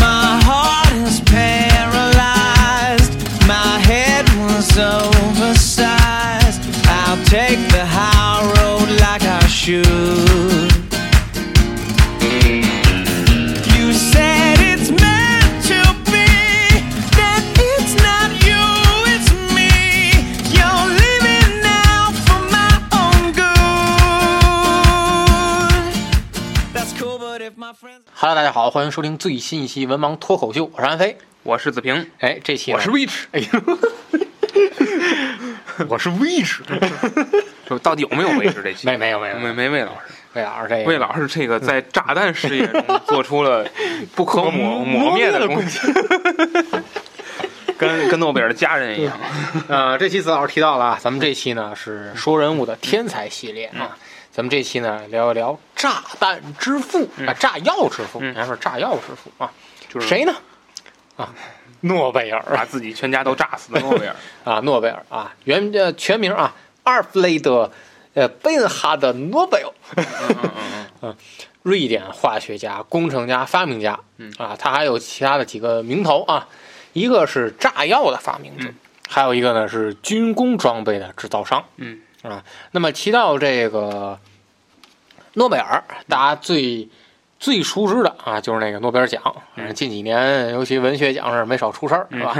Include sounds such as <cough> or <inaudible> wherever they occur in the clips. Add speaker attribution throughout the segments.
Speaker 1: My heart is paralyzed. My head was oversized. I'll take the high road like I should. You said it's meant to be. That it's not you, it's me. You're living now for my own good. That's cool, but if my friends.
Speaker 2: Hello，大家好，欢迎收听最新一期《文盲脱口秀》，我是安飞。
Speaker 3: 我是子平，
Speaker 2: 哎，这期呢
Speaker 3: 我是 Rich，
Speaker 2: 哎呦，我是 Rich，
Speaker 3: 就到底有没有位置这期？
Speaker 2: 没没有没有
Speaker 3: 没没魏老师，
Speaker 2: 魏老师这个
Speaker 3: 魏老师这个在炸弹事业中做出了不可抹抹灭的贡献， <laughs> 跟跟诺贝尔的家人一样。
Speaker 2: <laughs> 呃，这期子老师提到了啊，咱们这期呢是说人物的天才系列
Speaker 3: 嗯
Speaker 2: 啊，咱们这期呢聊一聊炸弹之父、啊，炸药之父，
Speaker 3: 嗯
Speaker 2: 应该说炸药之父啊，
Speaker 3: 就是
Speaker 2: 谁呢？啊，诺贝尔
Speaker 3: 把自己全家都炸死的诺贝尔，
Speaker 2: 啊，诺贝尔啊，原呃全名啊，阿尔弗雷德，呃，贝恩哈德·诺贝尔， <laughs> 嗯，瑞典化学家、工程家、发明家，
Speaker 3: 嗯
Speaker 2: 啊，他还有其他的几个名头啊，一个是炸药的发明者，还有一个呢是军工装备的制造商，
Speaker 3: 嗯
Speaker 2: 啊，那么提到这个诺贝尔，大家最。最熟知的啊，就是那个诺贝尔奖。
Speaker 3: 嗯
Speaker 2: 近几年，尤其文学奖是没少出事儿，是吧？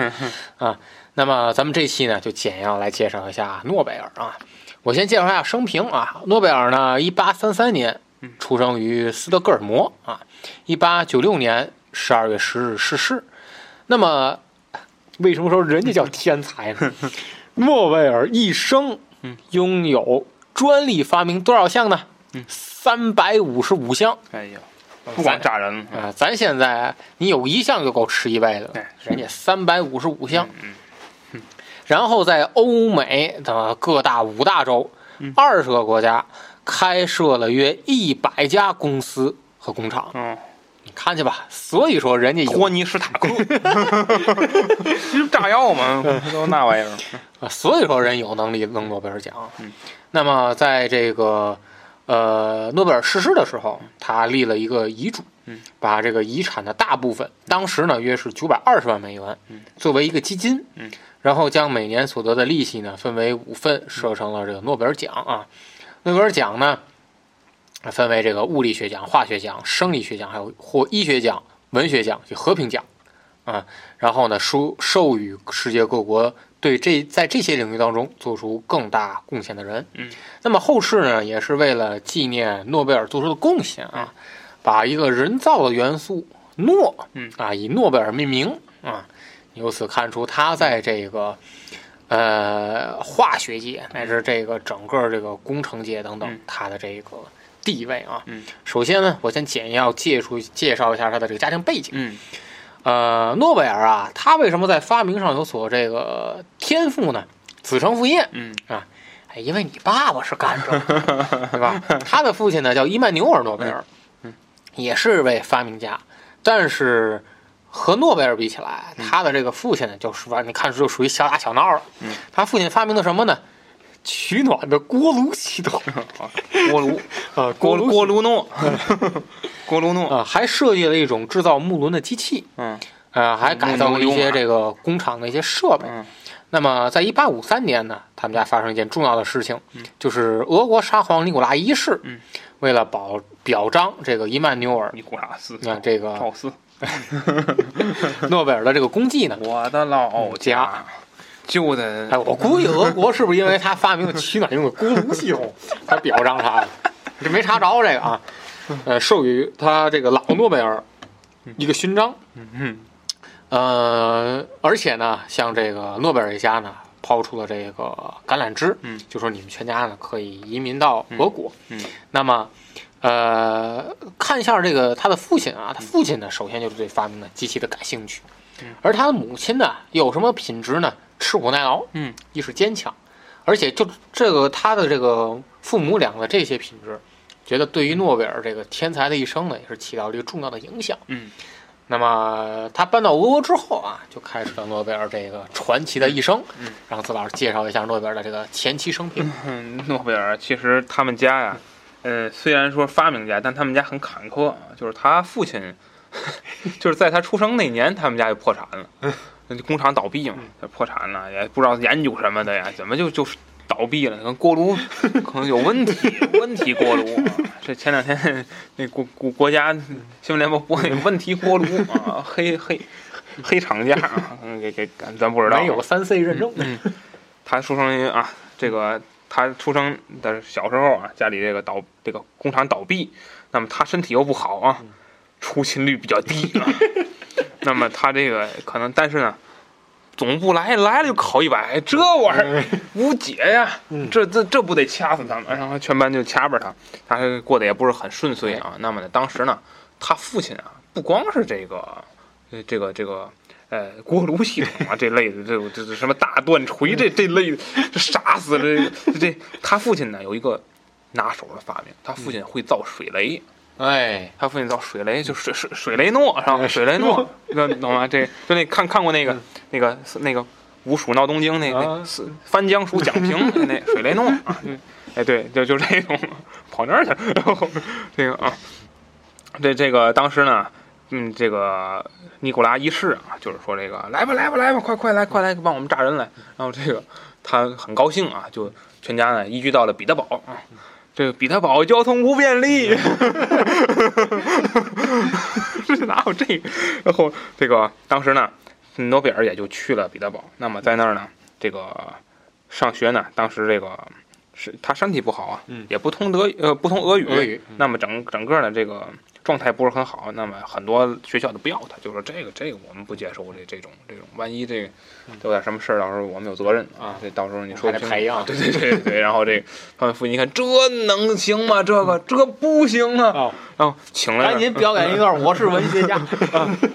Speaker 2: 那么咱们这期呢，就简要来介绍一下诺贝尔啊。我先介绍一下生平啊。诺贝尔呢，一八三三年出生于斯德哥尔摩啊，一八九六年十二月十日逝世。那么，为什么说人家叫天才呢？ <laughs> 诺贝尔一生拥有专利发明多少项呢？三百五十五项。
Speaker 3: <laughs> 哎呀，不光炸人了，
Speaker 2: 啊，咱现在你有一项就够吃一辈子了
Speaker 3: 哎，是
Speaker 2: 人家三百五十五项。然后在欧美的各大五大洲，二十个国家开设了约一百家公司和工厂。
Speaker 3: 嗯，
Speaker 2: 你看去吧，所以说人家有
Speaker 3: 托尼史塔克， <laughs> 这不炸药吗？不都那玩意儿？
Speaker 2: 啊，所以说人有能力弄诺贝尔奖。那么在这个呃诺贝尔逝世的时候，他立了一个遗嘱，把这个遗产的大部分，当时呢约是九百二十万美元，作为一个基金，然后将每年所得的利息呢分为五份，设成了这个诺贝尔奖啊。诺贝尔奖呢分为这个物理学奖、化学奖、生理学奖，还有或医学奖、文学奖及和平奖。啊，然后呢，授授予世界各国对这在这些领域当中做出更大贡献的人。
Speaker 3: 嗯，
Speaker 2: 那么后世呢，也是为了纪念诺贝尔做出的贡献啊，把一个人造的元素诺，
Speaker 3: 嗯
Speaker 2: 啊，以诺贝尔命名啊，由此看出他在这个呃化学界乃至这个整个这个工程界等等
Speaker 3: 嗯
Speaker 2: 他的这个地位啊。
Speaker 3: 嗯，
Speaker 2: 首先呢，我先简要介绍介绍一下他的这个家庭背景。
Speaker 3: 嗯
Speaker 2: 呃，诺贝尔啊，他为什么在发明上有所这个天赋呢？子承父业，
Speaker 3: 嗯
Speaker 2: 哎，因为你爸爸是干这个的，
Speaker 3: <laughs>
Speaker 2: 对吧？他的父亲呢叫伊曼纽尔·诺贝尔，
Speaker 3: 嗯
Speaker 2: 也是位发明家，但是和诺贝尔比起来，他的这个父亲呢，就是吧，你看就属于小打小闹了。
Speaker 3: 嗯
Speaker 2: 他父亲发明的什么呢？取暖的锅炉系
Speaker 3: <laughs>
Speaker 2: 统
Speaker 3: 啊锅
Speaker 2: <laughs>
Speaker 3: 炉，
Speaker 2: 啊，
Speaker 3: 锅
Speaker 2: 炉
Speaker 3: 锅炉诺，锅炉诺，
Speaker 2: 呃啊，还设计了一种制造木轮的机器。
Speaker 3: 嗯，
Speaker 2: 啊、呃，还改造了一
Speaker 3: 牛牛
Speaker 2: 些
Speaker 3: 马
Speaker 2: 这个工厂的一些设备。
Speaker 3: 嗯
Speaker 2: 那么，在一八五三年呢，他们家发生一件重要的事情，就是俄国沙皇尼古拉一世，
Speaker 3: 嗯
Speaker 2: 为了保表彰这个伊曼
Speaker 3: <laughs>
Speaker 2: 纽尔
Speaker 3: 尼古拉斯，
Speaker 2: 啊这个
Speaker 3: 赵四，
Speaker 2: 诺贝尔的这个功绩呢，
Speaker 3: 我的老
Speaker 2: 嗯家
Speaker 3: 就在
Speaker 2: 哎，我估计俄国是不是因为他发明了取暖用的锅炉系统，才表彰他的？这没查着这个啊，呃，授予他这个老诺贝尔一个勋章。
Speaker 3: 嗯
Speaker 2: 呃，而且呢，像这个诺贝尔一家呢，抛出了这个橄榄枝，
Speaker 3: 嗯
Speaker 2: 就说你们全家呢可以移民到俄国。
Speaker 3: 嗯嗯
Speaker 2: 那么，呃，看一下这个他的父亲啊，他父亲呢，首先就是对发明呢极其的感兴趣，
Speaker 3: 嗯
Speaker 2: 而他的母亲呢，有什么品质呢？吃苦耐劳，
Speaker 3: 嗯，
Speaker 2: 意志坚强，而且就这个他的这个父母两个这些品质，觉得对于诺贝尔这个天才的一生呢，也是起到了一个重要的影响。
Speaker 3: 嗯，
Speaker 2: 那么他搬到俄国之后啊，就开始了诺贝尔这个传奇的一生。
Speaker 3: 嗯嗯
Speaker 2: 让子老师介绍一下诺贝尔的这个前期生平。
Speaker 3: 嗯， <laughs> 诺贝尔其实他们家呀，呃，虽然说发明家，但他们家很坎坷啊，就是他父亲， <laughs> 就是在他出生那年，他们家就破产
Speaker 2: <laughs>
Speaker 3: 了，那工厂倒闭嘛，
Speaker 2: 嗯
Speaker 3: 他破产了，也不知道研究什么的呀，怎么就就是倒闭了？可能锅
Speaker 2: <laughs>
Speaker 3: 炉可能有问题，问题锅炉、啊。这前两天那国国国家新闻联播
Speaker 2: <laughs>
Speaker 3: 播那问题锅炉啊，黑黑黑厂家啊，嗯给给咱不知道啊，
Speaker 2: 没有三 C 认证，
Speaker 3: 他出生于啊，这个他出生的小时候啊，家里这个倒这个工厂倒闭，那么他身体又不好啊，出勤率比较低啊， <laughs> 那么他这个可能，但是呢，总部来来了就考一百，这玩意儿无解呀，这这这不得掐死他们？然后全班就掐巴他，他还过得也不是很顺遂啊。那么呢，当时呢，他父亲啊，不光是这个，呃，这个这个。呃，锅炉系统啊，这类的，这种这这什么大断锤，这这类的，这杀死了这这他父亲呢有一个拿手的发明，他父亲会造水雷，
Speaker 2: 哎，
Speaker 3: 他父亲造水雷，就水水水雷诺是吧？水雷诺，那懂吗？这就那看看过那个那个那个五鼠闹东京那那
Speaker 2: 啊
Speaker 3: 四翻江鼠蒋平那水雷诺啊，嗯哎对，就就这种跑那儿去，然后 <laughs> 这个啊，这这个当时呢。嗯，这个尼古拉一世啊，就是说这个来吧，来吧，来吧，快快来，快来帮我们炸人来。然后这个他很高兴啊，就全家呢移居到了彼得堡啊。这个彼得堡交通不便利， <laughs> 这哪有这个？然后这个当时呢，诺贝尔也就去了彼得堡。那么在那儿呢，这个上学呢，当时这个是他身体不好啊，也不通德呃不通俄语，
Speaker 2: 嗯俄语嗯
Speaker 3: 那么整整个呢这个状态不是很好，那么很多学校都不要他，就说这个这个我们不接受这这种这种，万一这个都有点什么事儿，到时候我们有责任啊，这到时候你说
Speaker 2: 嗯还得
Speaker 3: 不清
Speaker 2: 培养
Speaker 3: 啊 <laughs> 对对对对，然后这个他们父亲一看这能行吗？这个这不行啊，
Speaker 2: 哦，
Speaker 3: 然后请来了
Speaker 2: 赶紧表演一段我是文学家。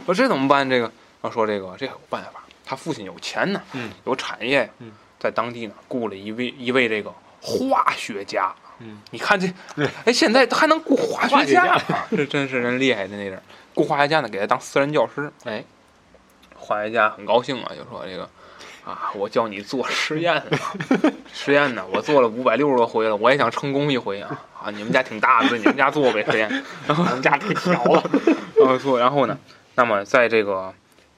Speaker 3: 我说这怎么办？这个，然后说这个这有办法，他父亲有钱呢，嗯，有产业，嗯，在当地呢雇了一位一位这个化学家，嗯，你看这，哎，现在还能雇化
Speaker 2: 化学
Speaker 3: 学
Speaker 2: 家
Speaker 3: 家，这真是人厉害的那阵儿，雇化学家呢给他当私人教师，
Speaker 2: 哎，
Speaker 3: 化学家很高兴啊，就说这个啊，我教你做实验 <laughs> 啊，实验呢，我做了五百六十多回了，我也想成功一回啊啊！你们家挺大的，你们家做呗实验， <laughs> 然后我们家挺小了，然后做，然后呢，那么在这个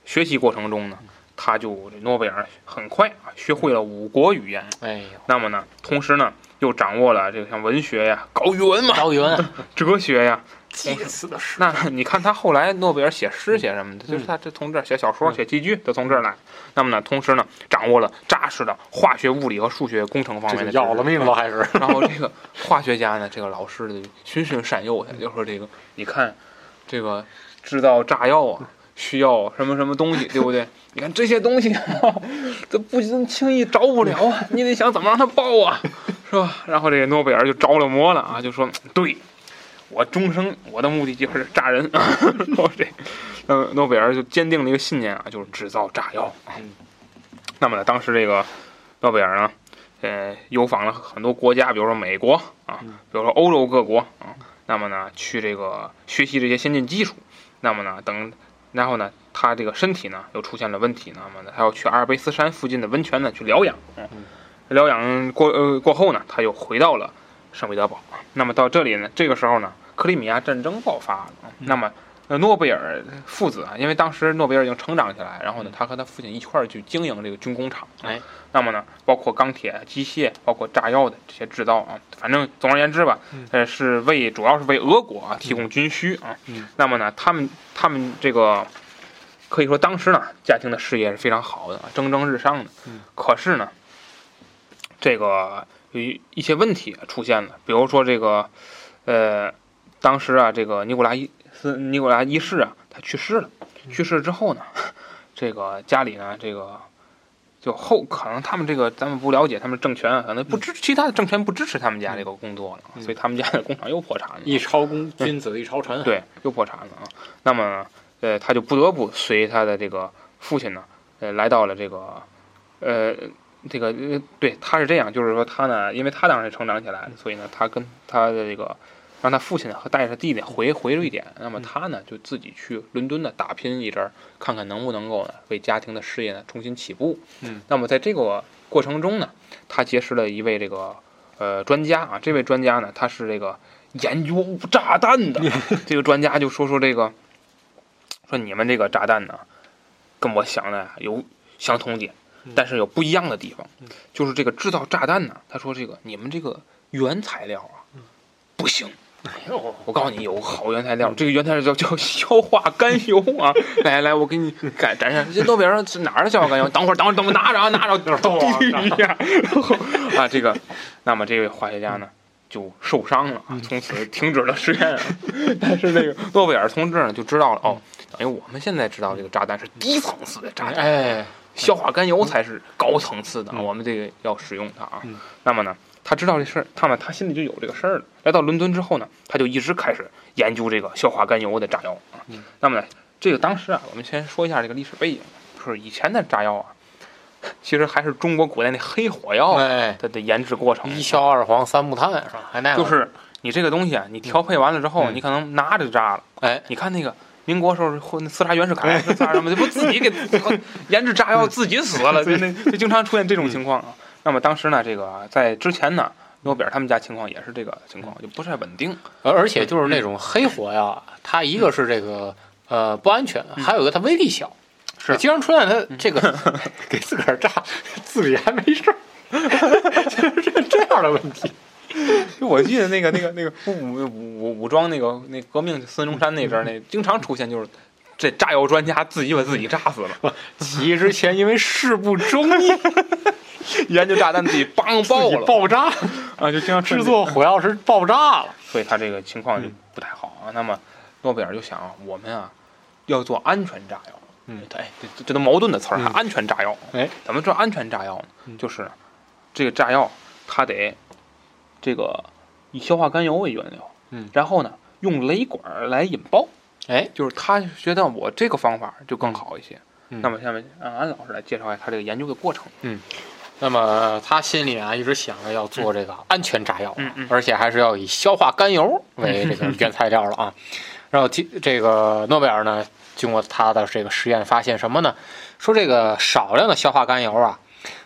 Speaker 3: 学习过程中
Speaker 2: 嗯
Speaker 3: 呢，他就这诺贝尔很快啊学会了五国语言，
Speaker 2: 哎呦，
Speaker 3: 那么呢，同时呢又掌握了这个像文学呀、搞语文嘛、
Speaker 2: 高啊云，
Speaker 3: 哲学呀，
Speaker 2: 气死的是。
Speaker 3: 那你看他后来诺贝尔写诗写什么的，
Speaker 2: 嗯
Speaker 3: 就是他这从这儿写小说、写戏剧都从这儿来。那么呢，同时呢，掌握了扎实的化学、物理和数学工程方面
Speaker 2: 这
Speaker 3: 的
Speaker 2: 就
Speaker 3: 知识
Speaker 2: 要了命了，。还是
Speaker 3: 然后这个化学家呢，这个老师呢循循善诱的，就说这个你看，这个制造炸药啊，需要什么什么东西，对不对？你看这些东西、 <laughs> 这不能轻易着不了啊，你得想怎么让它爆啊，是吧？然后这个诺贝尔就着了魔了啊，就说对。我终生我的目的就是炸人，啊 <laughs> 然后这，呃，诺贝尔就坚定了一个信念啊，就是制造炸药。啊那么呢，当时这个诺贝尔呢，呃，游访了很多国家，比如说美国啊，比如说欧洲各国啊，那么呢，去这个学习这些先进技术，那么呢，等，然后呢，他这个身体呢又出现了问题，那么呢，他要去阿尔卑斯山附近的温泉呢去疗养，嗯，疗养过呃过后呢，他又回到了圣彼得堡。那么到这里呢，这个时候呢，克里米亚战争爆发了，那么。呃，诺贝尔父子啊，因为当时诺贝尔已经成长起来，然后呢，他和他父亲一块儿去经营这个军工厂。
Speaker 2: 哎，
Speaker 3: 那么呢，包括钢铁、啊机械，包括炸药的这些制造啊，反正总而言之吧，呃，是为主要是为俄国啊提供军需啊。
Speaker 2: 嗯
Speaker 3: 那么呢，他们他们这个可以说当时呢，家庭的事业是非常好的啊，蒸蒸日上的。
Speaker 2: 嗯
Speaker 3: 可是呢，这个有一一些问题出现了，比如说这个，呃，当时啊，这个尼古拉一斯尼古拉一世啊，他去世了。
Speaker 2: 嗯
Speaker 3: 去世之后呢， <laughs> 这个家里呢，这个就后可能他们这个咱们不了解他们政权啊，可能不支、其他的政权不支持他们家这个工作了啊，
Speaker 2: 嗯
Speaker 3: 所以他们家的工厂又破产了。
Speaker 2: 一朝公君子一朝臣，，
Speaker 3: 对，又破产了啊。那么呢，呃，他就不得不随他的这个父亲呢，呃，来到了这个，呃，这个，呃对，他是这样，就是说他呢，因为他当时成长起来了，所以呢，他跟他的这个，让他父亲呢和带着他弟弟回回瑞典，那么他呢就自己去伦敦呢打拼一阵儿，看看能不能够呢为家庭的事业呢重新起步。
Speaker 2: 嗯，
Speaker 3: 那么在这个过程中呢，他结识了一位这个呃专家啊，这位专家呢，他是这个研究炸弹的这个专家，就说说这个，说你们这个炸弹呢，跟我想的有相同点，但是有不一样的地方，就是这个制造炸弹呢，他说这个你们这个原材料啊，不行。我告诉你，有个好原材料，这个原材料叫叫硝化甘油啊！ <laughs> 来来，我给你改展示。这诺贝尔是哪儿的硝化甘油？等会儿，等会儿， <laughs> 等会儿，拿着啊，拿着，滴一下。嗯然后啊，这个，那么这位化学家呢，就受伤了啊，从此停止了实 <laughs> 验啊。但是那个诺贝尔同志呢，就知道了哦，等于我们现在知道这个炸弹是低层次的炸弹，
Speaker 2: 哎，
Speaker 3: 硝化甘油才是高层次的，我们这个要使用它啊。嗯那么呢，他知道这事儿，他呢他心里就有这个事儿了。来到伦敦之后呢，他就一直开始研究这个硝化甘油的炸药啊。那么呢，这个当时啊，我们先说一下这个历史背景，就是以前的炸药啊，其实还是中国古代那黑火药啊
Speaker 2: 哎，
Speaker 3: 它的研制过程，
Speaker 2: 一硝二黄三木炭是吧？还哎那个
Speaker 3: 就是你这个东西啊，你调配完了之后，
Speaker 2: 嗯
Speaker 3: 你可能拿着炸了。
Speaker 2: 哎，
Speaker 3: 你看那个民国时候混刺杀袁世凯，刺杀什么的，这不自己给 <laughs> 研制炸药自己死了，就那就经常出现这种情况啊。那么当时呢，这个啊在之前呢，诺贝尔他们家情况也是这个情况，就不太稳定。
Speaker 2: 而而且就是那种黑火呀，它一个是这个呃不安全，还有一个它威力小。
Speaker 3: 是
Speaker 2: 经常出现它这个 <laughs> 给自个儿炸，自己还没事儿，就是这这样的问题。
Speaker 3: 就我记得那个那个那个武武武武装那个那革命孙中山那阵儿， <laughs> 那经常出现就是这炸药专家自己把自己炸死了。
Speaker 2: 起义之前因为事不周密，
Speaker 3: <laughs> 研究炸弹 <laughs> 自己梆爆
Speaker 2: 自
Speaker 3: 了
Speaker 2: 己，爆炸，
Speaker 3: 啊，就经常出现
Speaker 2: 制作火药是爆炸了。
Speaker 3: 所以他这个情况就
Speaker 2: 嗯
Speaker 3: 不太好啊。那么诺贝尔就想啊，我们啊要做安全炸药，
Speaker 2: 嗯
Speaker 3: 哎，这这这都矛盾的词儿，还啊安全炸药。
Speaker 2: 哎，嗯
Speaker 3: 怎么叫安全炸药呢？就是这个炸药它得这个以硝化甘油为原料，
Speaker 2: 嗯，
Speaker 3: 然后呢用雷管儿来引爆，
Speaker 2: 哎，
Speaker 3: 就是他觉得我这个方法就更好一些。
Speaker 2: 嗯
Speaker 3: 那么下面让安老师来介绍一下他这个研究的过程。
Speaker 2: 那么他心里啊一直想着要做这个安全炸药，
Speaker 3: 嗯嗯
Speaker 2: 而且还是要以硝化甘油
Speaker 3: <laughs>
Speaker 2: 为这个原材料了啊。然后这这个诺贝尔呢，经过他的这个实验发现什么呢？说这个少量的硝化甘油啊，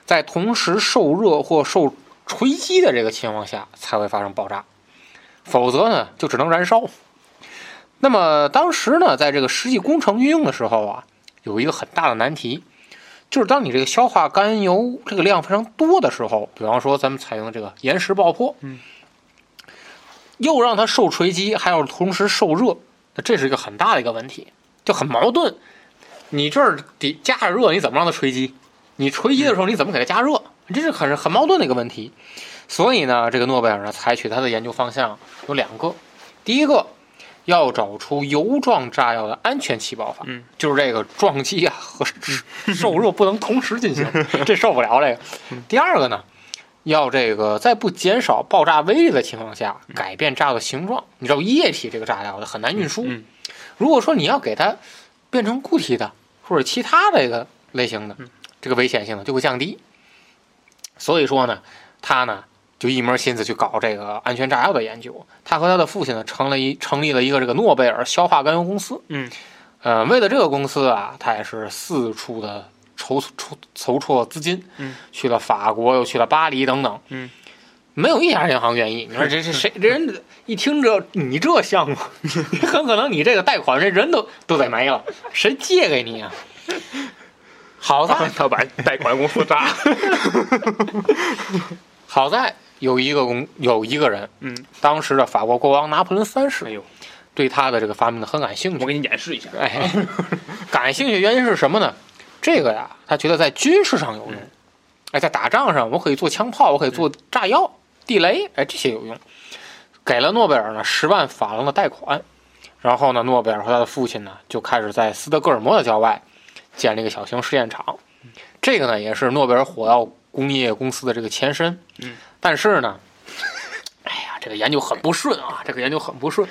Speaker 2: 在同时受热或受锤击的这个情况下才会发生爆炸，否则呢就只能燃烧。那么当时呢，在这个实际工程运用的时候啊，有一个很大的难题，就是当你这个硝化甘油这个量非常多的时候，比方说咱们采用这个延时爆破，
Speaker 3: 嗯，
Speaker 2: 又让它受锤击，还要同时受热，那这是一个很大的一个问题，就很矛盾。你这儿得加着热，你怎么让它锤击？你锤击的时候，你怎么给它加热？这是很很矛盾的一个问题。所以呢，这个诺贝尔呢，采取他的研究方向有两个，第一个要找出油状炸药的安全起爆法，
Speaker 3: 嗯
Speaker 2: 就是这个撞击啊和 <laughs> 受热不能同时进行，这受不了这个。第二个呢，要这个在不减少爆炸威力的情况下，改变炸药的形状。你知道液体这个炸药它很难运输，
Speaker 3: 嗯
Speaker 2: 如果说你要给它变成固体的或者其他的一个类型的，
Speaker 3: 嗯
Speaker 2: 这个危险性呢就会降低。所以说呢，他呢就一门心思去搞这个安全炸药的研究。他和他的父亲呢成了一成立了一个这个诺贝尔硝化甘油公司。
Speaker 3: 嗯，
Speaker 2: 呃，为了这个公司啊，他也是四处的筹筹筹措资金，
Speaker 3: 嗯，
Speaker 2: 去了法国，又去了巴黎等等。
Speaker 3: 嗯，
Speaker 2: 没有一家银行愿意。你说这这谁？这人一听这你这项目， <laughs> 很可能你这个贷款这人都都得没了，谁借给你啊？好在
Speaker 3: 他把贷款公司炸了。
Speaker 2: 好在有一个公有一个人，
Speaker 3: 嗯，
Speaker 2: 当时的法国国王拿破仑三世，
Speaker 3: 哎呦，
Speaker 2: 对他的这个发明呢很感兴
Speaker 3: 我
Speaker 2: 趣。
Speaker 3: 给你演示一
Speaker 2: <laughs>
Speaker 3: 下。
Speaker 2: 哎，感兴趣原因是什么呢？这个呀，他觉得在军事上有用，哎，在打仗上我可以做枪炮，我可以做炸药、地雷，哎，这些有用。给了诺贝尔呢十万法郎的贷款，然后呢，诺贝尔和他的父亲呢就开始在斯德哥尔摩的郊外建了一个小型试验场。这个呢也是诺贝尔火药工业公司的这个前身。
Speaker 3: 嗯，
Speaker 2: 但是呢，哎呀，这个研究很不顺啊，这个研究很不顺。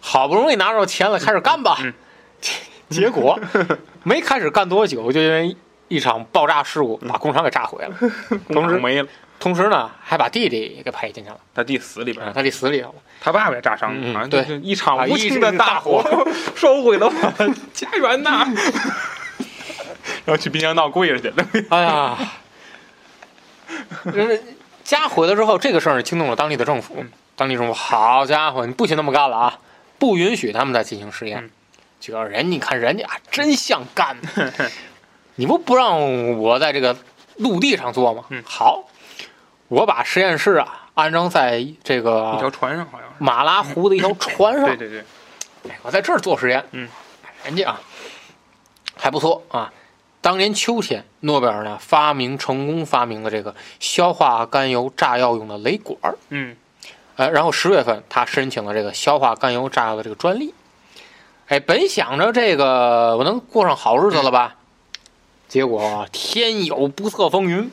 Speaker 2: 好不容易拿着钱了，开始干吧。结
Speaker 3: <laughs>
Speaker 2: 果没开始干多久，就因为一场爆炸事
Speaker 3: 嗯
Speaker 2: 故把工厂给炸毁了，
Speaker 3: 工厂没了，
Speaker 2: 同时呢还把弟弟给赔进去了，
Speaker 3: 他弟死里边
Speaker 2: 啊
Speaker 3: 儿，
Speaker 2: 他弟死里头了。
Speaker 3: 他爸爸也炸伤
Speaker 2: 嗯
Speaker 3: 了。啊
Speaker 2: 对
Speaker 3: 就是一场
Speaker 2: 啊
Speaker 3: 无情的大火 <laughs>
Speaker 2: 一场
Speaker 3: 烧毁了我 <laughs> 的家园呐。然后去滨江道跪着去了。
Speaker 2: 哎呀，人家家毁了之后，这个事儿惊动了当地的政
Speaker 3: 嗯
Speaker 2: 府。当地政府，好家伙，你不许那么干了啊！不允许他们再进行实验
Speaker 3: 嗯。
Speaker 2: 结果人，你看人家啊真像
Speaker 3: <laughs>
Speaker 2: 干的，你不不让我在这个陆地上做吗
Speaker 3: 嗯？
Speaker 2: 好，我把实验室啊安装在这
Speaker 3: <laughs> 一条
Speaker 2: 个
Speaker 3: 船上好像是。
Speaker 2: 马拉湖的一条船上
Speaker 3: 对，对对，
Speaker 2: 哎我在这儿做实验，
Speaker 3: 嗯，
Speaker 2: 人家啊还不错啊。当年秋天，诺贝尔呢发明成功发明了这个硝化甘油炸药用的雷管儿，
Speaker 3: 嗯，
Speaker 2: 呃，然后十月份他申请了这个硝化甘油炸药的这个专利。哎，本想着这个我能过上好日子了吧，结果天有不测风云，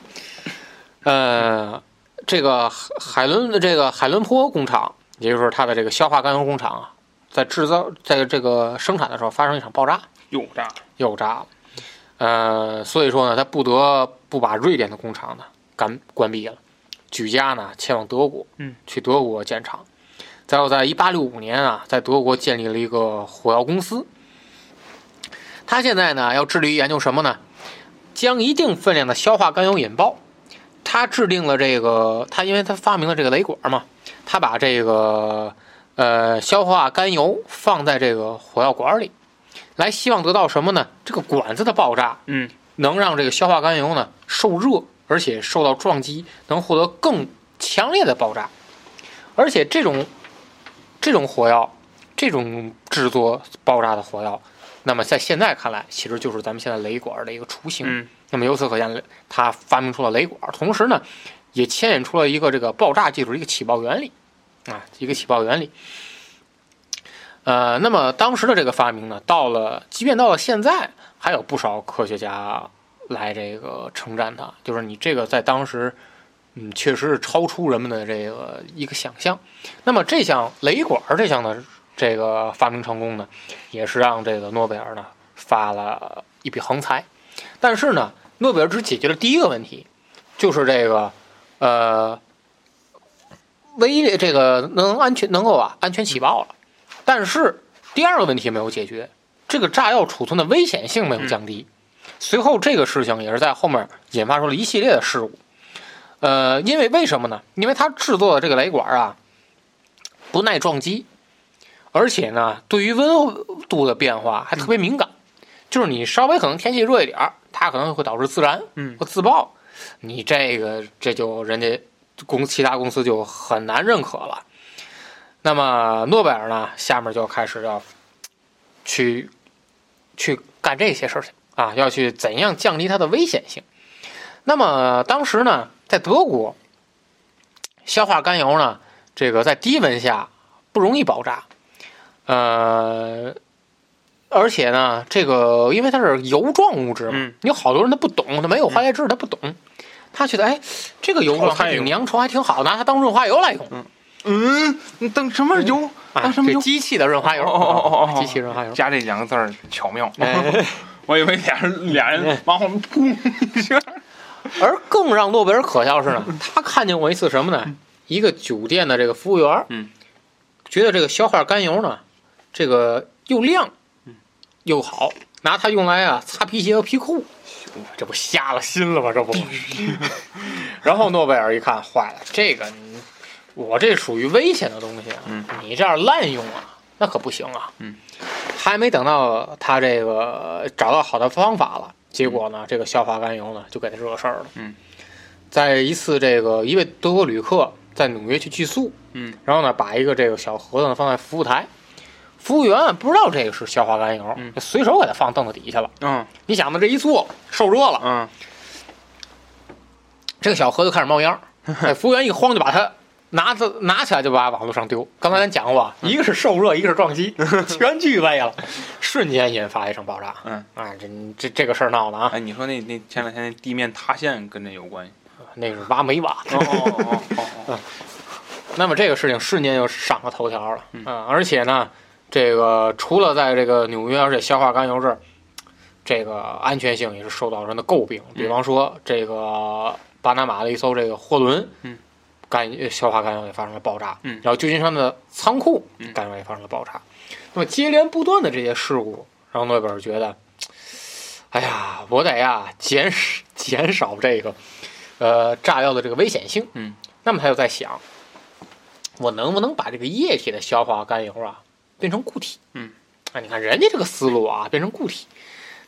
Speaker 2: 呃，这个海海伦的这个海伦坡工厂，也就是它的这个硝化甘油工厂啊，在制造在这个生产的时候发生一场爆炸，
Speaker 3: 又炸了。
Speaker 2: 又炸了。呃，所以说呢，他不得不把瑞典的工厂呢关关闭了，举家呢迁往德国，
Speaker 3: 嗯，
Speaker 2: 去德国建厂。再后，在一八六五年啊，在德国建立了一个火药公司。他现在呢要致力于研究什么呢？将一定分量的硝化甘油引爆。他制定了这个，他因为他发明了这个雷管嘛，他把这个呃硝化甘油放在这个火药管里，来希望得到什么呢？这个管子的爆炸
Speaker 3: 嗯，
Speaker 2: 能让这个硝化甘油呢受热，而且受到撞击，能获得更强烈的爆炸。而且这种这种火药，这种制作爆炸的火药，那么在现在看来，其实就是咱们现在雷管的一个雏形。
Speaker 3: 嗯
Speaker 2: 那么由此可见，他发明出了雷管，同时呢，也牵引出了一个这个爆炸技术的一个起爆原理啊，一个起爆原理。呃，那么当时的这个发明呢，到了即便到了现在，还有不少科学家来这个称赞它，就是你这个在当时，嗯，确实是超出人们的这个一个想象。那么这项雷管儿这项的这个发明成功呢，也是让这个诺贝尔呢发了一笔横财。但是呢，诺贝尔只解决了第一个问题，就是这个呃，唯一这个能安全能够啊安全起爆了。但是第二个问题没有解决，这个炸药储存的危险性没有降低。随后这个事情也是在后面引发出了一系列的事故。呃，因为为什么呢？因为它制作的这个雷管啊不耐撞击，而且呢对于温度的变化还特别敏感，就是你稍微可能天气热一点儿，它可能会导致自燃
Speaker 3: 嗯
Speaker 2: 或自爆。你这个这就人家公其他公司就很难认可了。那么诺贝尔呢，下面就开始要去去干这些事情啊，要去怎样降低它的危险性。那么当时呢，在德国，硝化甘油呢，这个在低温下不容易爆炸，呃，而且呢，这个因为它是油状物质嘛，
Speaker 3: 嗯
Speaker 2: 有好多人他不懂，他没有化学知识，他不懂，他觉得哎，这个油
Speaker 3: 炒
Speaker 2: 状
Speaker 3: 菜
Speaker 2: 还挺
Speaker 3: 用
Speaker 2: 粘稠，还挺好，拿它当润滑油来用。
Speaker 3: 嗯，你等什么油？
Speaker 2: 啊，
Speaker 3: 当什么
Speaker 2: 这
Speaker 3: 油？
Speaker 2: 机器的润滑油，
Speaker 3: 哦哦哦哦哦哦
Speaker 2: 机器润滑油。
Speaker 3: 加这两个字儿巧妙。 <laughs>
Speaker 2: 哎，
Speaker 3: 我以为俩人俩人往 <laughs> 后面砰一下。
Speaker 2: 而更让诺贝尔可笑的是呢，他看见过一次什么呢？一个酒店的这个服务员，
Speaker 3: 嗯，
Speaker 2: 觉得这个硝化甘油呢，这个又亮，
Speaker 3: 嗯
Speaker 2: 又好，拿它用来啊擦皮鞋和皮裤，
Speaker 3: <laughs>
Speaker 2: 这不瞎了心了吧？这不。然后诺贝尔一看，坏了，这个你我这属于危险的东西，啊
Speaker 3: 嗯，
Speaker 2: 你这样滥用啊，那可不行啊，
Speaker 3: 嗯，
Speaker 2: 还没等到他这个找到好的方法了，结果呢，这个硝化甘油呢就给他惹事儿了，
Speaker 3: 嗯，
Speaker 2: 在一次这个一位德国旅客在纽约去寄宿，
Speaker 3: 嗯，
Speaker 2: 然后呢把一个这个小盒子呢放在服务台，服务员不知道这个是硝化甘油，
Speaker 3: 嗯
Speaker 2: 就随手给他放凳子底下了，
Speaker 3: 嗯
Speaker 2: 你想呢这一坐受热了，
Speaker 3: 嗯
Speaker 2: 这个小盒子开始冒
Speaker 3: <laughs>
Speaker 2: 烟儿，哎，服务员一慌就把它拿着拿起来就把它往路上丢。刚才咱讲过啊，
Speaker 3: 嗯
Speaker 2: 一个是受
Speaker 3: <laughs>
Speaker 2: 热，一个是撞击，全具备了，瞬间引发一场爆炸。
Speaker 3: 嗯，
Speaker 2: 啊，这这这个事儿闹的啊，
Speaker 3: 哎，你说那那前两天那地面塌陷跟这有关系？
Speaker 2: 那个是挖煤挖。
Speaker 3: 哦哦哦哦
Speaker 2: 那么这个事情瞬间就上了头条了，
Speaker 3: 嗯
Speaker 2: 啊，而且呢，这个除了在这个纽约，而且硝化甘油这儿，这个安全性也是受到人的诟病。
Speaker 3: 嗯
Speaker 2: 比方说，这个巴拿马的一艘这个货轮，
Speaker 3: 嗯，
Speaker 2: 甘呃硝化甘油也发生了爆炸，
Speaker 3: 嗯
Speaker 2: 然后旧金山的仓库
Speaker 3: 嗯
Speaker 2: 甘油也发生了爆炸。那么接连不断的这些事故，让诺贝尔觉得，哎呀，我得呀减少减少这个呃炸药的这个危险性。
Speaker 3: 嗯，
Speaker 2: 那么他就在想，我能不能把这个液体的硝化甘油啊变成固体？
Speaker 3: 嗯，
Speaker 2: 啊，你看人家这个思路啊，变成固体。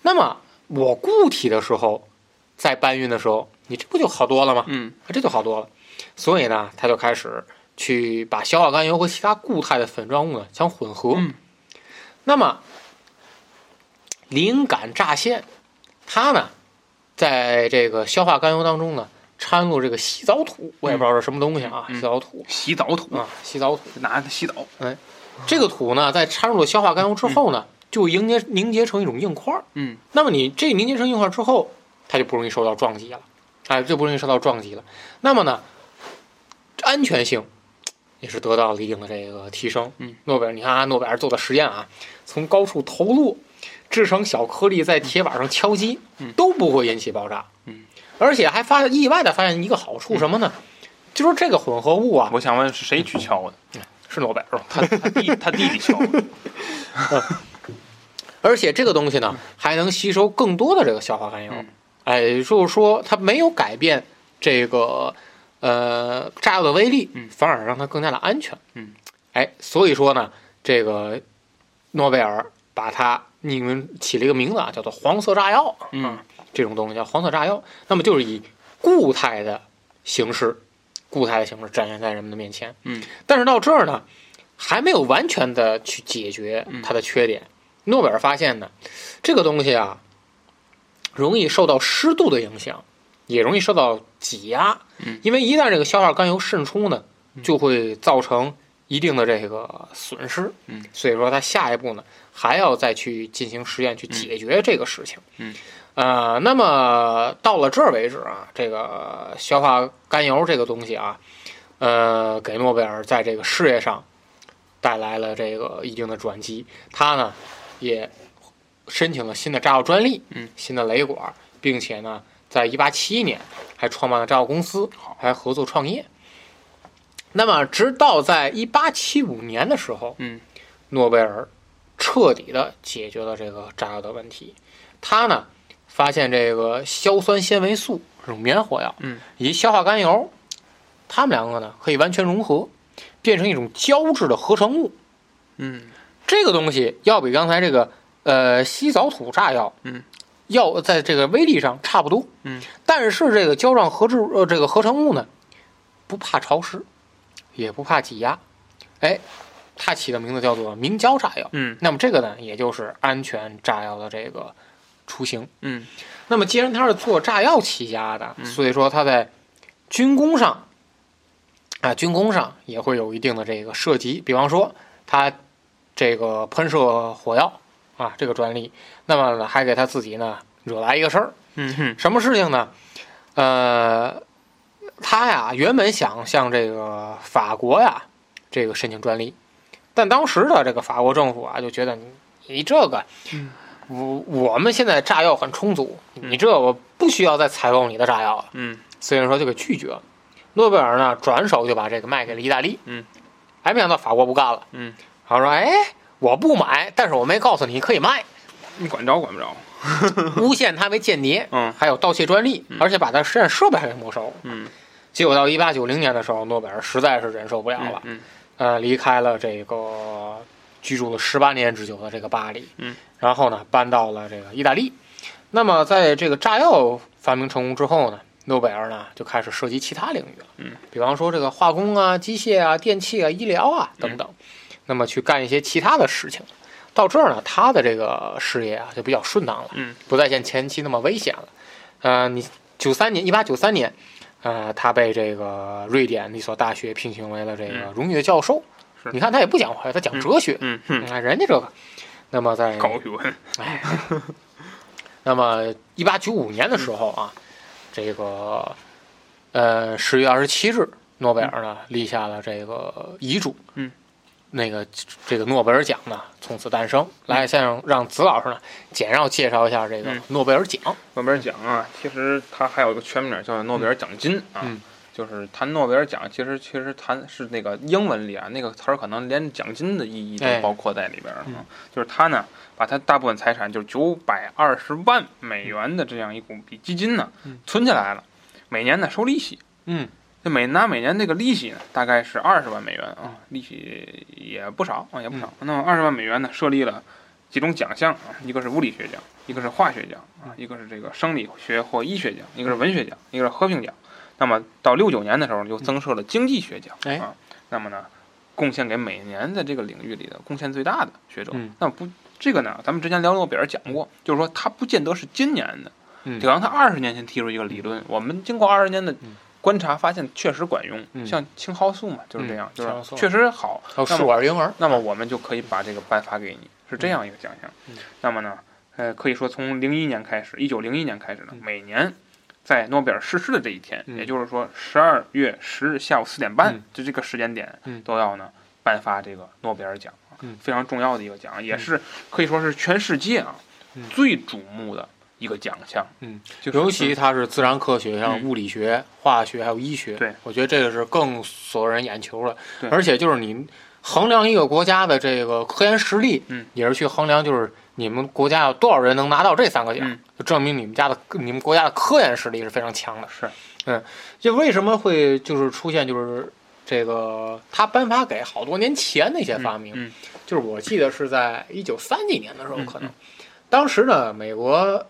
Speaker 2: 那么我固体的时候，在搬运的时候，你这不就好多了吗？
Speaker 3: 嗯
Speaker 2: 啊这就好多了。所以呢，他就开始去把硝化甘油和其他固态的粉状物呢相混合。
Speaker 3: 嗯
Speaker 2: 那么灵感乍现，它呢，在这个硝化甘油当中呢掺入这个洗澡土，我也不知道是什么东西啊，
Speaker 3: 嗯
Speaker 2: 洗澡土
Speaker 3: <laughs> 洗澡土，
Speaker 2: 啊，洗澡土。
Speaker 3: 拿它洗澡。
Speaker 2: 这个土呢，在掺入了硝化甘油之后呢，就凝结凝结成一种硬块儿。
Speaker 3: 嗯
Speaker 2: 那么你这凝结成硬块之后，它就不容易受到撞击了，哎，就不容易受到撞击了。那么呢，安全性也是得到了一定的这个提升。
Speaker 3: 嗯，
Speaker 2: 诺贝尔，你看啊，诺贝尔做的实验啊，从高处投落，制成小颗粒在铁板上敲击，
Speaker 3: 嗯
Speaker 2: 都不会引起爆炸。
Speaker 3: 嗯，
Speaker 2: 而且还发意外的发现一个好处什么呢？就是这个混合物啊，
Speaker 3: 我想问是谁去敲的？
Speaker 2: 是诺贝尔吗？
Speaker 3: 他他 <laughs> 弟他弟弟敲的。
Speaker 2: 而且这个东西呢，还能吸收更多的这个硝化甘油。
Speaker 3: 嗯
Speaker 2: 哎，也就是说它没有改变这个呃炸药的威力，
Speaker 3: 嗯
Speaker 2: 反而让它更加的安全。
Speaker 3: 嗯，
Speaker 2: 哎，所以说呢，这个诺贝尔把它命名起了一个名字啊，叫做黄色炸药。啊
Speaker 3: 嗯
Speaker 2: 这种东西叫黄色炸药，那么就是以固态的形式，固态的形式展现在人们的面前。
Speaker 3: 嗯，
Speaker 2: 但是到这儿呢，还没有完全的去解决
Speaker 3: 嗯
Speaker 2: 它的缺点。诺贝尔发现呢，这个东西啊，容易受到湿度的影响，也容易受到挤压。
Speaker 3: 嗯，
Speaker 2: 因为一旦这个硝化甘油渗出呢，就会造成一定的这个损失。
Speaker 3: 嗯，
Speaker 2: 所以说他下一步呢，还要再去进行实验去解决这个事情。
Speaker 3: 嗯，
Speaker 2: 呃，那么到了这儿为止啊，这个硝化甘油这个东西啊，呃，给诺贝尔在这个事业上带来了这个一定的转机。他呢，也申请了新的炸药专利，
Speaker 3: 嗯，
Speaker 2: 新的雷管，并且呢，在一八七一年还创办了炸药公司，还合作创业。那么，直到在一八七五年的时候，
Speaker 3: 嗯，
Speaker 2: 诺贝尔彻底的解决了这个炸药的问题。他呢，发现这个硝酸纤维素这种棉火药，
Speaker 3: 嗯，
Speaker 2: 以及硝化甘油，它们两个呢可以完全融合，变成一种胶质的合成物。
Speaker 3: 嗯
Speaker 2: 这个东西要比刚才这个呃西藻土炸药，
Speaker 3: 嗯，
Speaker 2: 要在这个威力上差不多，
Speaker 3: 嗯，
Speaker 2: 但是这个胶状合制呃这个合成物呢，不怕潮湿，也不怕挤压，哎，它起的名字叫做明胶炸药。
Speaker 3: 嗯
Speaker 2: 那么这个呢，也就是安全炸药的这个雏形。
Speaker 3: 嗯
Speaker 2: 那么既然它是做炸药起家的，所以说它在军工上啊，军工上也会有一定的这个涉及。比方说，它这个喷射火药啊，这个专利，那么呢还给他自己呢惹来一个事儿，
Speaker 3: 嗯哼
Speaker 2: 什么事情呢？呃，他呀原本想向这个法国呀这个申请专利，但当时的这个法国政府啊就觉得你你这个，我我们现在炸药很充足，你这我不需要再采购你的炸药了，
Speaker 3: 嗯
Speaker 2: 所以说就给拒绝了。诺贝尔呢转手就把这个卖给了意大利，
Speaker 3: 嗯，
Speaker 2: 还没想到法国不干了，
Speaker 3: 嗯，
Speaker 2: 然后说哎我不买，但是我没告诉你可以
Speaker 3: <laughs>
Speaker 2: 卖，
Speaker 3: 你管着管不着？
Speaker 2: 诬陷他为间谍，
Speaker 3: 嗯
Speaker 2: 还有盗窃专利，而且把他实验设备还给没收了。
Speaker 3: 嗯
Speaker 2: 结果到一八九零年的时候，诺贝尔实在是忍受不了了，
Speaker 3: 嗯
Speaker 2: 呃，离开了这个居住了十八年之久的这个巴黎，
Speaker 3: 嗯，
Speaker 2: 然后呢，搬到了这个意大利。那么，在这个炸药发明成功之后呢，诺贝尔呢就开始涉及其他领域了，
Speaker 3: 嗯，
Speaker 2: 比方说这个化工啊、机械啊、电器啊、医疗啊
Speaker 3: 嗯
Speaker 2: 等等，那么去干一些其他的事情。到这儿呢，他的这个事业啊就比较顺当了，
Speaker 3: 嗯，
Speaker 2: 不再像前期那么危险了。呃，你九三年，一八九三年，呃，他被这个瑞典的一所大学聘请为了这个
Speaker 3: 嗯
Speaker 2: 荣誉的教授。
Speaker 3: 是
Speaker 2: 你看他也不讲话，他讲哲学，
Speaker 3: 嗯
Speaker 2: 你
Speaker 3: 嗯，
Speaker 2: 看、人家这个。那么在
Speaker 3: 高学问，
Speaker 2: 哎，那么一八九五年的时候啊，这个呃十月二十七日，诺贝尔呢立下了这个遗嘱，
Speaker 3: 嗯，
Speaker 2: 那个这个诺贝尔奖呢从此诞生。来，先让让子老师呢简要介绍一下这个
Speaker 3: 嗯
Speaker 2: 诺贝尔奖。
Speaker 3: 诺贝尔奖啊，其实它还有一个全名叫诺贝尔奖金啊，
Speaker 2: 嗯
Speaker 3: 就是谈诺贝尔奖，其实其实谈是那个英文里啊，那个词儿可能连奖金的意义都
Speaker 2: 哎
Speaker 3: 包括在里边儿、啊
Speaker 2: 嗯
Speaker 3: 就是他呢，把他大部分财产，就是九百二十万美元的这样一股笔基金呢，
Speaker 2: 嗯
Speaker 3: 存起来了，每年呢收利息。
Speaker 2: 嗯
Speaker 3: 那每拿每年那个利息呢，大概是二十万美元啊，利息也不少啊，也不少。那么二十万美元呢，设立了几种奖项啊，一个是物理学奖，一个是化学奖啊，一个是这个生理学或医学奖，一个是文学奖，一个是和平奖。那么到六九年的时候，又增设了经济学奖
Speaker 2: 哎
Speaker 3: 啊。那么呢，贡献给每年在这个领域里的贡献最大的学者
Speaker 2: 嗯。
Speaker 3: 那不，这个呢，咱们之前聊诺贝尔讲过，就是说他不见得是今年的，
Speaker 2: 嗯
Speaker 3: 可能他二十年前提出一个理论，我们经过二十年的
Speaker 2: 嗯
Speaker 3: 观察发现确实管用。
Speaker 2: 嗯
Speaker 3: 像青蒿素嘛，就是这样，
Speaker 2: 嗯青蒿
Speaker 3: 就是
Speaker 2: 素
Speaker 3: 确实好。
Speaker 2: 还有
Speaker 3: 那
Speaker 2: 试
Speaker 3: 么
Speaker 2: 管婴儿。
Speaker 3: 那么我们就可以把这个颁发给你，是这样一个奖项。
Speaker 2: 嗯
Speaker 3: 那么呢，呃，可以说从零一年开始，一九零一年开始呢
Speaker 2: 嗯，
Speaker 3: 每年在诺贝尔逝世的这一天，
Speaker 2: 嗯
Speaker 3: 也就是说十二月十日下午四点半
Speaker 2: 嗯
Speaker 3: 就这个时间点，
Speaker 2: 嗯
Speaker 3: 都要呢颁发这个诺贝尔奖啊，
Speaker 2: 嗯
Speaker 3: 非常重要的一个奖，也是可以说是全世界啊、
Speaker 2: 嗯
Speaker 3: 最瞩目的一个奖项。
Speaker 2: 嗯，
Speaker 3: 就是
Speaker 2: 尤其它是自然科学，像
Speaker 3: 嗯
Speaker 2: 物理学、化学还有医学，
Speaker 3: 对
Speaker 2: 我觉得这个是更所有人眼球了
Speaker 3: 对。
Speaker 2: 而且就是你衡量一个国家的这个科研实力，
Speaker 3: 嗯，
Speaker 2: 也是去衡量就是你们国家有多少人能拿到这三个奖，
Speaker 3: 嗯
Speaker 2: 就证明你们家的你们国家的科研实力是非常强的。
Speaker 3: 是，
Speaker 2: 嗯，就为什么会就是出现就是这个他颁发给好多年前的一些发明，
Speaker 3: 嗯嗯
Speaker 2: 就是我记得是在一九三几年的时候，
Speaker 3: 嗯
Speaker 2: 可能、当时呢，美国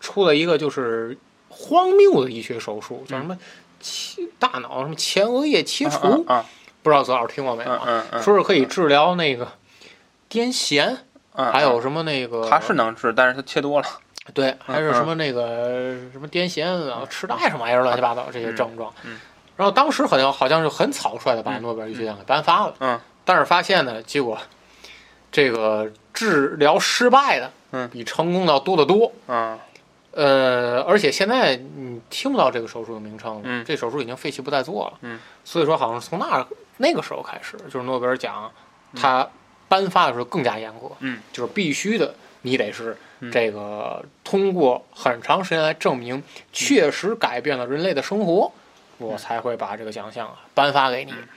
Speaker 2: 出了一个就是荒谬的医学手术，叫什么切大脑什么前额叶切除，
Speaker 3: 嗯啊
Speaker 2: 不知道左老师听过没
Speaker 3: 啊
Speaker 2: 有
Speaker 3: 啊
Speaker 2: 啊？
Speaker 3: 嗯嗯，
Speaker 2: 说是可以治疗那个癫痫，
Speaker 3: 嗯
Speaker 2: 还有什么那个
Speaker 3: 他是能治，但是他切多了。
Speaker 2: 对，还是
Speaker 3: 嗯
Speaker 2: 什么那个什么癫痫啊、痴呆什么玩意儿乱七八糟这些症状。
Speaker 3: 嗯
Speaker 2: 然后当时好像好像是很草率的把
Speaker 3: 嗯
Speaker 2: 诺贝尔医学奖给颁发了。
Speaker 3: 嗯
Speaker 2: 但是发现呢，结果这个治疗失败的，
Speaker 3: 嗯
Speaker 2: 比成功的要多得多。
Speaker 3: 嗯
Speaker 2: 呃，而且现在你听不到这个手术的名称了，
Speaker 3: 嗯
Speaker 2: 这手术已经废弃不再做了。
Speaker 3: 嗯，
Speaker 2: 所以说好像是从那儿那个时候开始，就是诺贝尔奖它颁发的时候更加严格，
Speaker 3: 嗯，
Speaker 2: 就是必须的，你得是
Speaker 3: 嗯
Speaker 2: 这个通过很长时间来证明
Speaker 3: 嗯
Speaker 2: 确实改变了人类的生活，我才会把这个奖项啊颁发给你。
Speaker 3: 嗯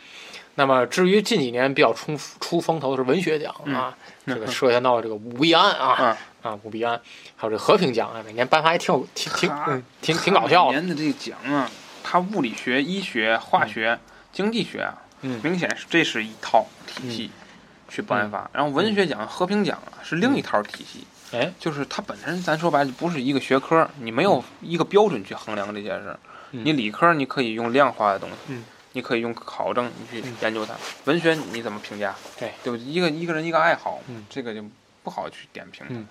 Speaker 2: 那么，至于近几年比较出出风头的是文学奖啊，
Speaker 3: 嗯 <laughs>
Speaker 2: 这个涉及到这个武必安啊，
Speaker 3: 嗯
Speaker 2: 啊，武必安，还有这和平奖啊，每年颁发还挺有挺挺嗯挺挺搞笑
Speaker 3: 啊每
Speaker 2: 的。
Speaker 3: 年的这个奖啊，它物理学、医学、化学、经济学啊，
Speaker 2: 嗯
Speaker 3: 明显是这是一套体系去颁发。然后文学奖、和平奖啊是另一套体系，
Speaker 2: 嗯哎，
Speaker 3: 就是它本身咱说白了不是一个学科，你没有一个标准去衡量这件事。
Speaker 2: 嗯
Speaker 3: 你理科你可以用量化的东西，
Speaker 2: 嗯
Speaker 3: 你可以用考证你去研究它。文学你怎么评价？
Speaker 2: 对，
Speaker 3: 对不对？一个一个人一个爱好，
Speaker 2: 嗯
Speaker 3: 这个就不好去点评它。
Speaker 2: 嗯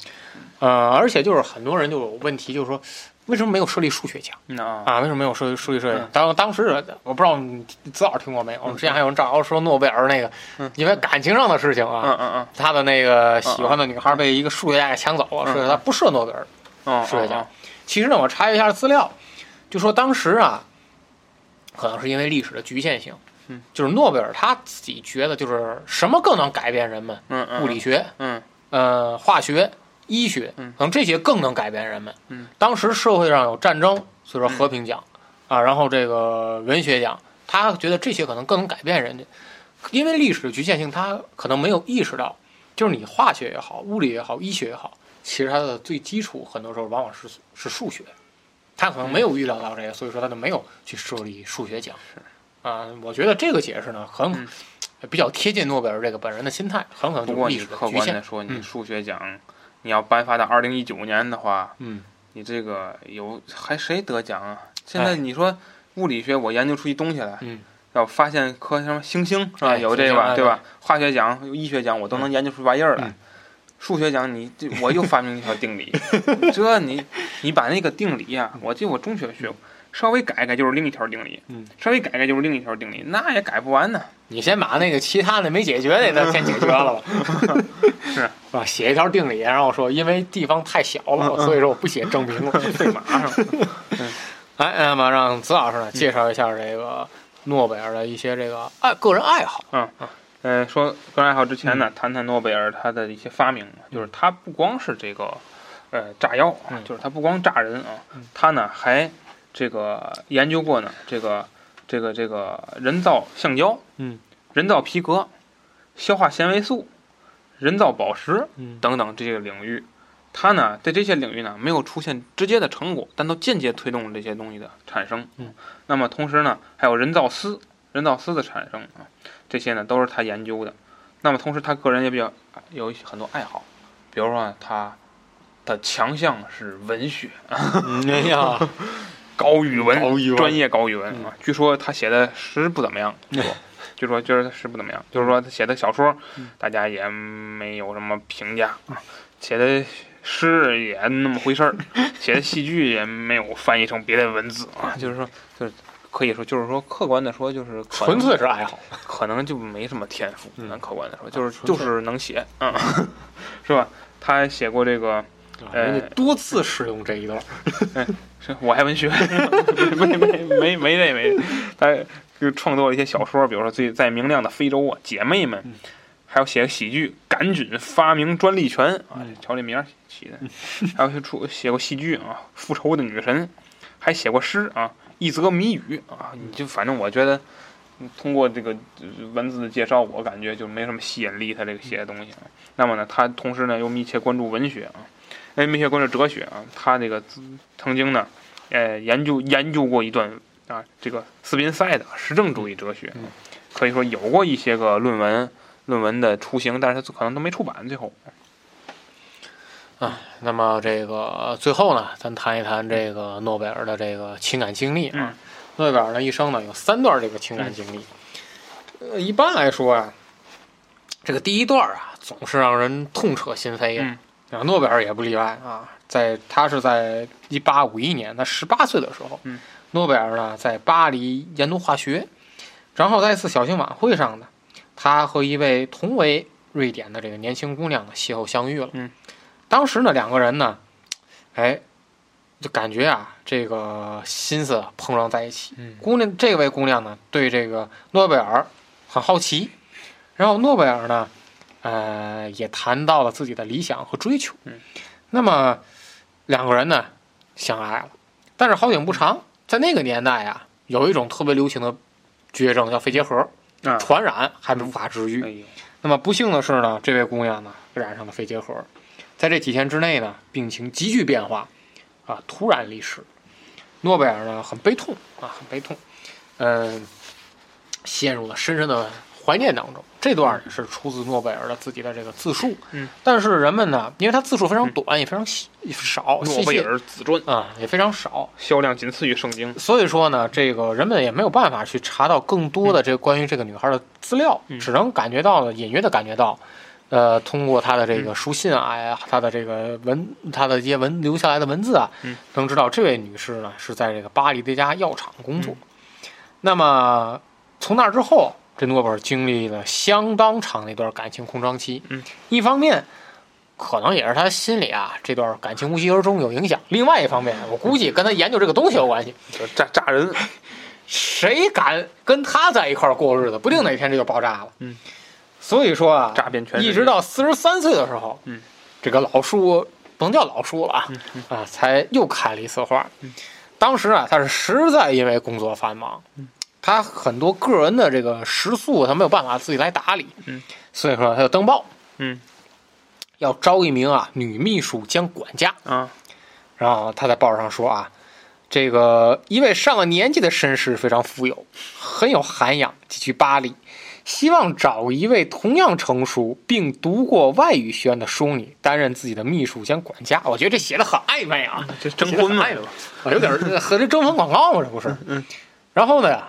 Speaker 2: 呃，而且就是很多人就有问题，就是说为什么没有设立数学奖
Speaker 3: 嗯啊，
Speaker 2: 啊？为什么没有设立数学设计
Speaker 3: 嗯？
Speaker 2: 当当时我不知道你自老师听过没有，之前还有人造谣说诺贝尔那个
Speaker 3: 嗯
Speaker 2: 因为感情上的事情
Speaker 3: 嗯
Speaker 2: 啊，
Speaker 3: 嗯嗯
Speaker 2: 他的那个喜欢的女孩被一个数学家给抢走了，
Speaker 3: 嗯
Speaker 2: 所以他不设诺贝尔。
Speaker 3: 嗯，
Speaker 2: 数学奖
Speaker 3: 嗯。
Speaker 2: 其实呢，我查一下资料，就说当时啊，可能是因为历史的局限性，
Speaker 3: 嗯，
Speaker 2: 就是诺贝尔他自己觉得就是什么更能改变人们？
Speaker 3: 嗯嗯，
Speaker 2: 物理学、
Speaker 3: 嗯
Speaker 2: 呃，化学、医学，
Speaker 3: 嗯
Speaker 2: 可能这些更能改变人们。
Speaker 3: 嗯，
Speaker 2: 当时社会上有战争，所以说和平奖、啊，然后这个文学奖，他觉得这些可能更能改变人家，因为历史的局限性，他可能没有意识到，就是你化学也好，物理也好，医学也好，其实它的最基础很多时候往往是是数学，他可能没有预料到这个，所以说他就没有去设立数学奖。是啊、我觉得这个解释呢，很、
Speaker 3: 嗯
Speaker 2: 比较贴近诺贝尔这个本人的心态，很可能
Speaker 3: 不
Speaker 2: 就是
Speaker 3: 过
Speaker 2: 历
Speaker 3: 你
Speaker 2: 史的
Speaker 3: 客
Speaker 2: 局
Speaker 3: 观的
Speaker 2: 限。
Speaker 3: 说，你
Speaker 2: 嗯
Speaker 3: 数学奖，你要颁发到二零一九年的话，
Speaker 2: 嗯，
Speaker 3: 你这个有还谁得奖啊？现
Speaker 2: 哎
Speaker 3: 在你说物理学，我研究出一东西来，
Speaker 2: 嗯，
Speaker 3: 要发现颗什么星星是吧？
Speaker 2: 哎
Speaker 3: 有
Speaker 2: 行
Speaker 3: 这个
Speaker 2: 行
Speaker 3: 吧，对
Speaker 2: 哎
Speaker 3: 吧？化学奖、医学奖，我都能研究出玩意儿来。
Speaker 2: 嗯
Speaker 3: 数学奖你，这我又发明一条定
Speaker 2: <laughs>
Speaker 3: 理，这你你把那个定理呀、我记得我中学学过，稍微改改就是另一条定理，
Speaker 2: 嗯
Speaker 3: 稍微改改就是另一条定理，那也改不完呢。
Speaker 2: 你先把那个其他的没解决的都先解决了吧。
Speaker 3: <laughs>
Speaker 2: <laughs>
Speaker 3: 是
Speaker 2: 啊，写一条定理，然后说因为地方太小了，所以说我不写证明了。
Speaker 3: 嗯 <laughs> 费马上，
Speaker 2: <laughs> 哎，那么让子老师
Speaker 3: 嗯
Speaker 2: 呢介绍一下这个诺贝尔的一些这个爱个人爱好。
Speaker 3: 呃，说个人爱好之前
Speaker 2: 嗯
Speaker 3: 呢，谈谈诺贝尔他的一些发明，就是他不光是这个，呃，炸药啊，
Speaker 2: 嗯
Speaker 3: 就是他不光炸人啊，他呢还这个研究过呢，这个这个这个人造橡胶，
Speaker 2: 嗯，
Speaker 3: 人造皮革，消化纤维素，人造宝石
Speaker 2: 嗯
Speaker 3: 等等这些领域。他呢，在这些领域呢，没有出现直接的成果，但都间接推动了这些东西的产生。
Speaker 2: 嗯，
Speaker 3: 那么同时呢，还有人造丝、人造丝的产生啊，这些呢都是他研究的。那么同时，他个人也比较有一些很多爱好，比如说啊他的强项是文学，嗯
Speaker 2: 哎呀，
Speaker 3: 高语文，
Speaker 2: 高语文嗯
Speaker 3: 专业高语文啊。据说他写的诗不怎
Speaker 2: <laughs>
Speaker 3: 么样，据说据说觉得他诗不怎么样，就是说他写的小说，
Speaker 2: 嗯
Speaker 3: 大家也没有什么评价啊，写的诗也那么回
Speaker 2: <laughs>
Speaker 3: 事儿，写的戏剧也没有翻译成别的文字啊，就是说，就是可以说，就是说，客观的说，就是可能
Speaker 2: <laughs> 纯粹是爱好。
Speaker 3: 可能就没什么天赋，咱客观的说，就是
Speaker 2: 嗯啊纯
Speaker 3: 就
Speaker 2: 粹
Speaker 3: 是能写，嗯， <laughs> 是吧？他还写过这个。哎
Speaker 2: 人家多次使用这一段，
Speaker 3: 是我爱文学， <laughs> 没没没没这没这，他就创作了一些小说，比如说最在明亮的非洲啊，姐妹们，还有写个喜剧，赶紧发明专利权啊，瞧这名儿起的， <laughs> 还有出写过戏剧啊，复仇的女神，还写过诗啊，一则谜语啊，你就反正我觉得。嗯通过这个呃文字的介绍，我感觉就没什么吸引力。他这个写的东西啊，那么呢，他同时呢又密切关注文学啊，哎，密切关注哲学啊。他这个曾经呢，呃，研究研究过一段啊，这个斯宾塞的实证主义哲学，可以说有过一些个论文论文的雏形，但是他可能都没出版，最后
Speaker 2: 啊，那么这个最后呢，咱谈一谈这个诺贝尔的这个情感经历
Speaker 3: 嗯
Speaker 2: 啊。诺贝尔的一生呢，有三段这个情感经历。呃，一般来说啊，这个第一段啊，总是让人痛彻心扉的。
Speaker 3: 嗯
Speaker 2: 啊，诺贝尔也不例外啊。在他是在一八五一年，他十八岁的时候，
Speaker 3: 嗯
Speaker 2: 诺贝尔呢在巴黎研读化学，然后在一次小型晚会上呢，他和一位同为瑞典的这个年轻姑娘呢邂逅相遇了。
Speaker 3: 嗯，
Speaker 2: 当时呢两个人呢，哎，就感觉啊这个心思碰撞在一起。
Speaker 3: 嗯
Speaker 2: 姑娘这位姑娘呢对这个诺贝尔很好奇，然后诺贝尔呢，呃也谈到了自己的理想和追求。
Speaker 3: 嗯，
Speaker 2: 那么两个人呢相爱了，但是好景不长，在那个年代啊有一种特别流行的绝症叫肺结核。
Speaker 3: 啊，
Speaker 2: 传染还是无法治
Speaker 3: 哎
Speaker 2: 愈。
Speaker 3: 呦，
Speaker 2: 那么不幸的是呢，这位姑娘呢染上了肺结核，在这几天之内呢，病情急剧变化，啊，突然离世。诺贝尔呢很悲痛啊，很悲痛，嗯，陷入了深深的怀念当中。这段儿也是出自诺贝尔的自己的这个自述，
Speaker 3: 嗯，
Speaker 2: 但是人们呢，因为他自述非常短，也非常细少，
Speaker 3: 诺贝尔自传
Speaker 2: 细细啊、也非常少，
Speaker 3: 销量仅次于圣经，
Speaker 2: 所以说呢，这个人们也没有办法去查到更多的这个关于这个女孩的资料，
Speaker 3: 嗯
Speaker 2: 只能感觉到了隐约的感觉到，呃，通过她的这个书信啊，呀，她的这个文，她的一些文留下来的文字啊，
Speaker 3: 嗯
Speaker 2: 能知道这位女士呢是在这个巴黎的一家药厂工作。
Speaker 3: 嗯
Speaker 2: 那么从那之后，这诺贝尔经历了相当长的一段感情空窗期。
Speaker 3: 嗯，
Speaker 2: 一方面。可能也是他心里啊，这段感情无疾而终有影响。另外一方面，我估计跟他研究这个东西有关系。
Speaker 3: 就炸炸人，
Speaker 2: 谁敢跟他在一块儿过日子，不定哪天这就爆炸了。
Speaker 3: 嗯，
Speaker 2: 所以说啊，
Speaker 3: 炸遍全世界
Speaker 2: 一直到四十三岁的时候，
Speaker 3: 嗯，
Speaker 2: 这个老叔不能叫老叔了啊，啊，才又开了一次花。
Speaker 3: 嗯
Speaker 2: 当时啊，他是实在因为工作繁忙，
Speaker 3: 嗯
Speaker 2: 他很多个人的这个食宿他没有办法自己来打理，
Speaker 3: 嗯，
Speaker 2: 所以说他就登报，
Speaker 3: 嗯
Speaker 2: 要招一名啊女秘书兼管家。
Speaker 3: 啊，
Speaker 2: 然后他在报上说啊，这个一位上了年纪的绅士非常富有，很有涵养，寄居巴黎，希望找一位同样成熟并读过外语学院的淑女担任自己的秘书兼管家。我觉得这写的很暧昧啊，
Speaker 3: 这征婚嘛
Speaker 2: 哎，有点儿 <laughs> 和这征婚广告嘛，这不是？嗯。然后呢，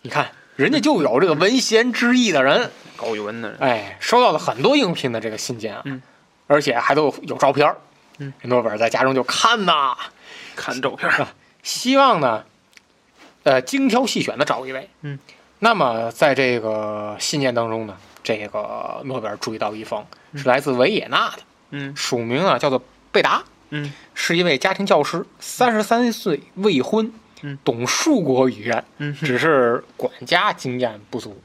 Speaker 2: 你看人家就有这个文贤之意的人，
Speaker 3: 搞语文的人，
Speaker 2: 哎，收到了很多应聘的这个信件啊，
Speaker 3: 嗯
Speaker 2: 而且还都有有照片儿。
Speaker 3: 嗯，
Speaker 2: 诺贝尔在家中就看呐，
Speaker 3: 看照片儿，
Speaker 2: 希望呢，呃，精挑细选的找一位。
Speaker 3: 嗯，
Speaker 2: 那么在这个信件当中呢，这个诺贝尔注意到一封是来自维也纳的，
Speaker 3: 嗯
Speaker 2: 署名啊叫做贝达，
Speaker 3: 嗯，
Speaker 2: 是一位家庭教师，三十三岁，未婚，
Speaker 3: 嗯
Speaker 2: 懂数国语言，
Speaker 3: 嗯
Speaker 2: 只是管家经验不 <laughs> 足。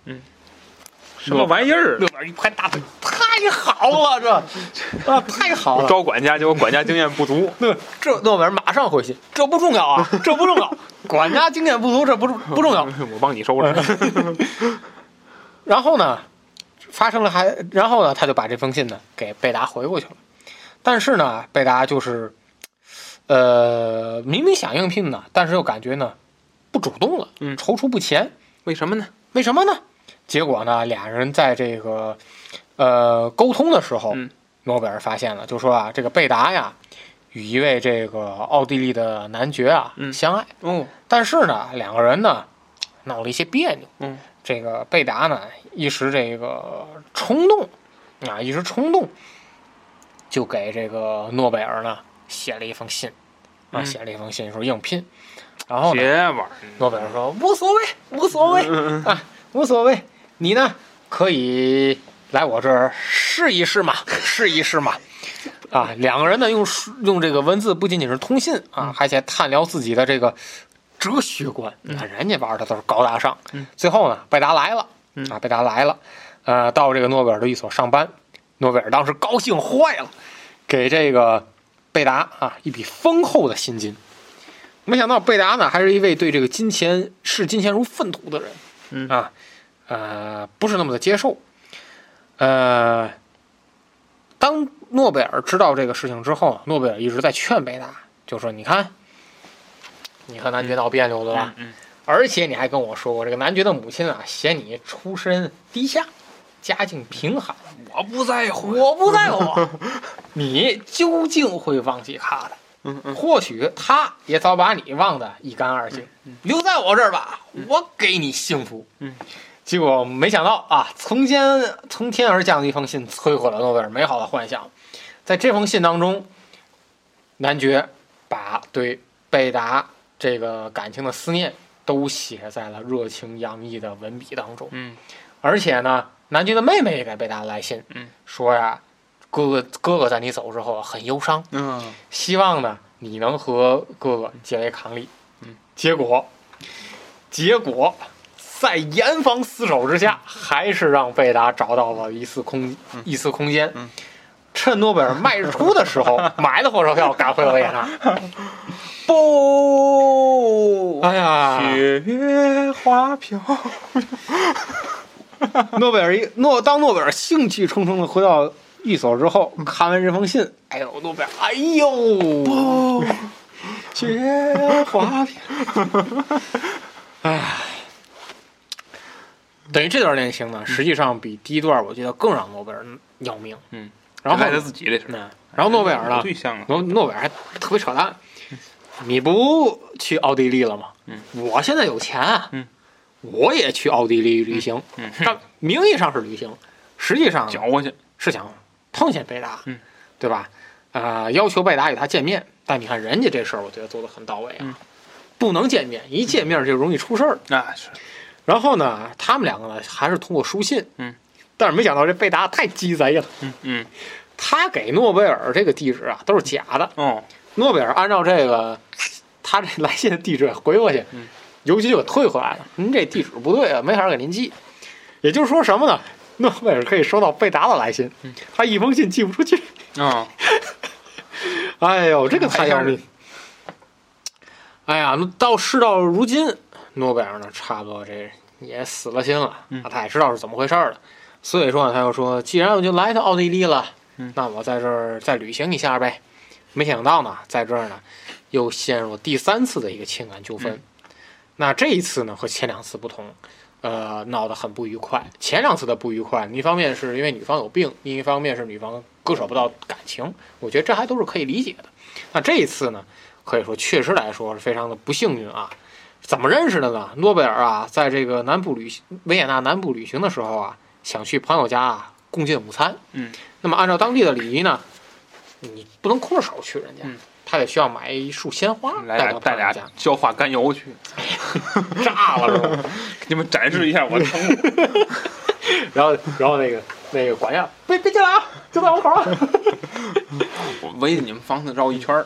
Speaker 3: 什么玩意儿啊
Speaker 2: 诺？贝尔一拍大腿，太好了，这 <laughs> 啊太好了，
Speaker 3: 招管家，结果管家经验不足，
Speaker 2: 诺这诺贝尔马上回信，这不重要啊，这不重 <laughs> 要，管家经验不足，这不重不重要。
Speaker 3: 我帮你收拾。
Speaker 2: 然后呢，发生了还，然后呢，他就把这封信呢给贝达回过去了。但是呢，贝达就是，呃，明明想应聘呢，但是又感觉呢不主动了，
Speaker 3: 嗯
Speaker 2: 踌躇不前，
Speaker 3: <laughs> 为什么呢？
Speaker 2: 为什么呢？结果呢，俩人在这个呃沟通的时候，
Speaker 3: 嗯
Speaker 2: 诺贝尔发现了，就说啊，这个贝达呀与一位这个奥地利的男爵啊、
Speaker 3: 嗯
Speaker 2: 相爱，
Speaker 3: 哦，
Speaker 2: 但是呢，两个人呢闹了一些别扭。
Speaker 3: 嗯，
Speaker 2: 这个贝达呢，一时这个冲动啊，一时冲动，就给这个诺贝尔呢写了一封信啊，
Speaker 3: 嗯
Speaker 2: 写了一封信说应聘。然后呢，
Speaker 3: 别玩儿，
Speaker 2: 诺贝尔说无所谓，无所谓啊，无所谓。你呢，可以来我这儿试一试嘛，试一试嘛。啊，两个人呢用书用这个文字不仅仅是通信啊，还且探聊自己的这个哲学观。啊，人家玩的都是高大上。最后呢，贝达来了
Speaker 3: 嗯
Speaker 2: 啊，贝达来了，呃，到这个诺贝尔的一所上班，诺贝尔当时高兴坏了，给这个贝达啊一笔丰厚的薪金。没想到贝达呢，还是一位对这个金钱视金钱如粪土的人，
Speaker 3: 嗯
Speaker 2: 啊，呃，不是那么的接受。呃，当诺贝尔知道这个事情之后，诺贝尔一直在劝贝达，就说：“你看，你和男爵闹别扭了吧？
Speaker 3: 嗯
Speaker 2: 而且你还跟我说过，这个男爵的母亲啊，嫌你出身低下，家境贫寒，
Speaker 3: 我不在乎。
Speaker 2: 我不在
Speaker 3: <laughs>
Speaker 2: 乎，你究竟会忘记他的。”
Speaker 3: 嗯嗯，
Speaker 2: 或许他也早把你忘得一干二净。留在我这儿吧，我给你幸福。
Speaker 3: 嗯，
Speaker 2: 结果没想到啊，从天从天而降的一封信，摧毁了诺贝尔美好的幻想。在这封信当中，男爵把对贝达这个感情的思念都写在了热情洋溢的文笔当中。
Speaker 3: 嗯，
Speaker 2: 而且呢，男爵的妹妹也给贝达来信，
Speaker 3: 嗯，
Speaker 2: 说呀，哥哥哥哥在你走之后很忧伤，
Speaker 3: 嗯，
Speaker 2: 希望呢你能和哥哥结为伉俪。嗯，结果，结果在严防死守之下，还是让贝达找到了一丝空一丝空间。
Speaker 3: 嗯
Speaker 2: 趁诺贝尔卖出的时候，买了火车票赶回了维也纳。不，哎呀，
Speaker 3: 雪月花飘。
Speaker 2: <laughs> 诺贝尔一诺当诺贝尔兴气冲冲的回到寓所之后，
Speaker 3: 嗯
Speaker 2: 看完这封信，哎呦，诺贝尔，哎呦，
Speaker 3: 哦
Speaker 2: 雪花飘，哎，等于这段恋情呢，实际上比第一段我觉得更让诺贝尔要命。
Speaker 3: 嗯，
Speaker 2: 然后
Speaker 3: 害他自己的事儿。
Speaker 2: 嗯，然后诺贝尔呢
Speaker 3: 有，对象了，
Speaker 2: 诺诺贝尔还特别扯淡，你不去奥地利了吗？
Speaker 3: 嗯，
Speaker 2: 我现在有钱啊，
Speaker 3: 嗯
Speaker 2: 我也去奥地利旅行，
Speaker 3: 嗯，
Speaker 2: 但名义上是旅行，实际上呢
Speaker 3: 搅和去。
Speaker 2: 是想碰见贝达，
Speaker 3: 嗯，
Speaker 2: 对吧？啊，要求贝达与他见面，但你看人家这事儿，我觉得做的很到位啊，
Speaker 3: 嗯
Speaker 2: 不能见面，一见面就容易出事儿。
Speaker 3: 那啊是，
Speaker 2: 然后呢，他们两个呢还是通过书信，
Speaker 3: 嗯，
Speaker 2: 但是没想到这贝达太鸡贼了，
Speaker 3: 嗯嗯，
Speaker 2: 他给诺贝尔这个地址啊都是假的，
Speaker 3: 哦，
Speaker 2: 诺贝尔按照这个他这来信的地址回过去，
Speaker 3: 嗯
Speaker 2: 邮局就给退回来了。您这地址不对啊，没法给您寄。也就是说什么呢？ <laughs> 诺贝尔可以收到贝达的来信，他一封信寄不出去。嗯
Speaker 3: 啊，
Speaker 2: 哎呦，这个太要命！哎呀，那到事到如今，诺贝尔呢，差不多这也死了心了，
Speaker 3: 嗯
Speaker 2: 他也知道是怎么回事儿了。所以说呢，他就说，既然我就来到奥地利了，
Speaker 3: 嗯
Speaker 2: 那我在这儿再旅行一下呗。没想到呢，在这儿呢，又陷入第三次的一个情感纠纷。
Speaker 3: 嗯
Speaker 2: 那这一次呢，和前两次不同，呃，闹得很不愉快。前两次的不愉快，一方面是因为女方有病，另一方面是女方割舍不到感情，我觉得这还都是可以理解的。那这一次呢，可以说确实来说是非常的不幸运啊。怎么认识的呢？诺贝尔啊，在这个南部旅行维也纳南部旅行的时候啊，想去朋友家啊共进午餐。
Speaker 3: 嗯，
Speaker 2: 那么按照当地的礼仪呢，你不能空着手去人家，
Speaker 3: 嗯
Speaker 2: 他得需要买一束鲜花
Speaker 3: 来
Speaker 2: 带
Speaker 3: 俩
Speaker 2: 到
Speaker 3: 带
Speaker 2: 朋友
Speaker 3: 俩
Speaker 2: 家，
Speaker 3: 焦化甘油 <laughs> 去，
Speaker 2: 炸了是吧？
Speaker 3: 给你们展示一下我的成果。
Speaker 2: 然后然后那个那个管家别别进来啊，就在门口啊。
Speaker 3: 我围着你们房子绕一圈儿。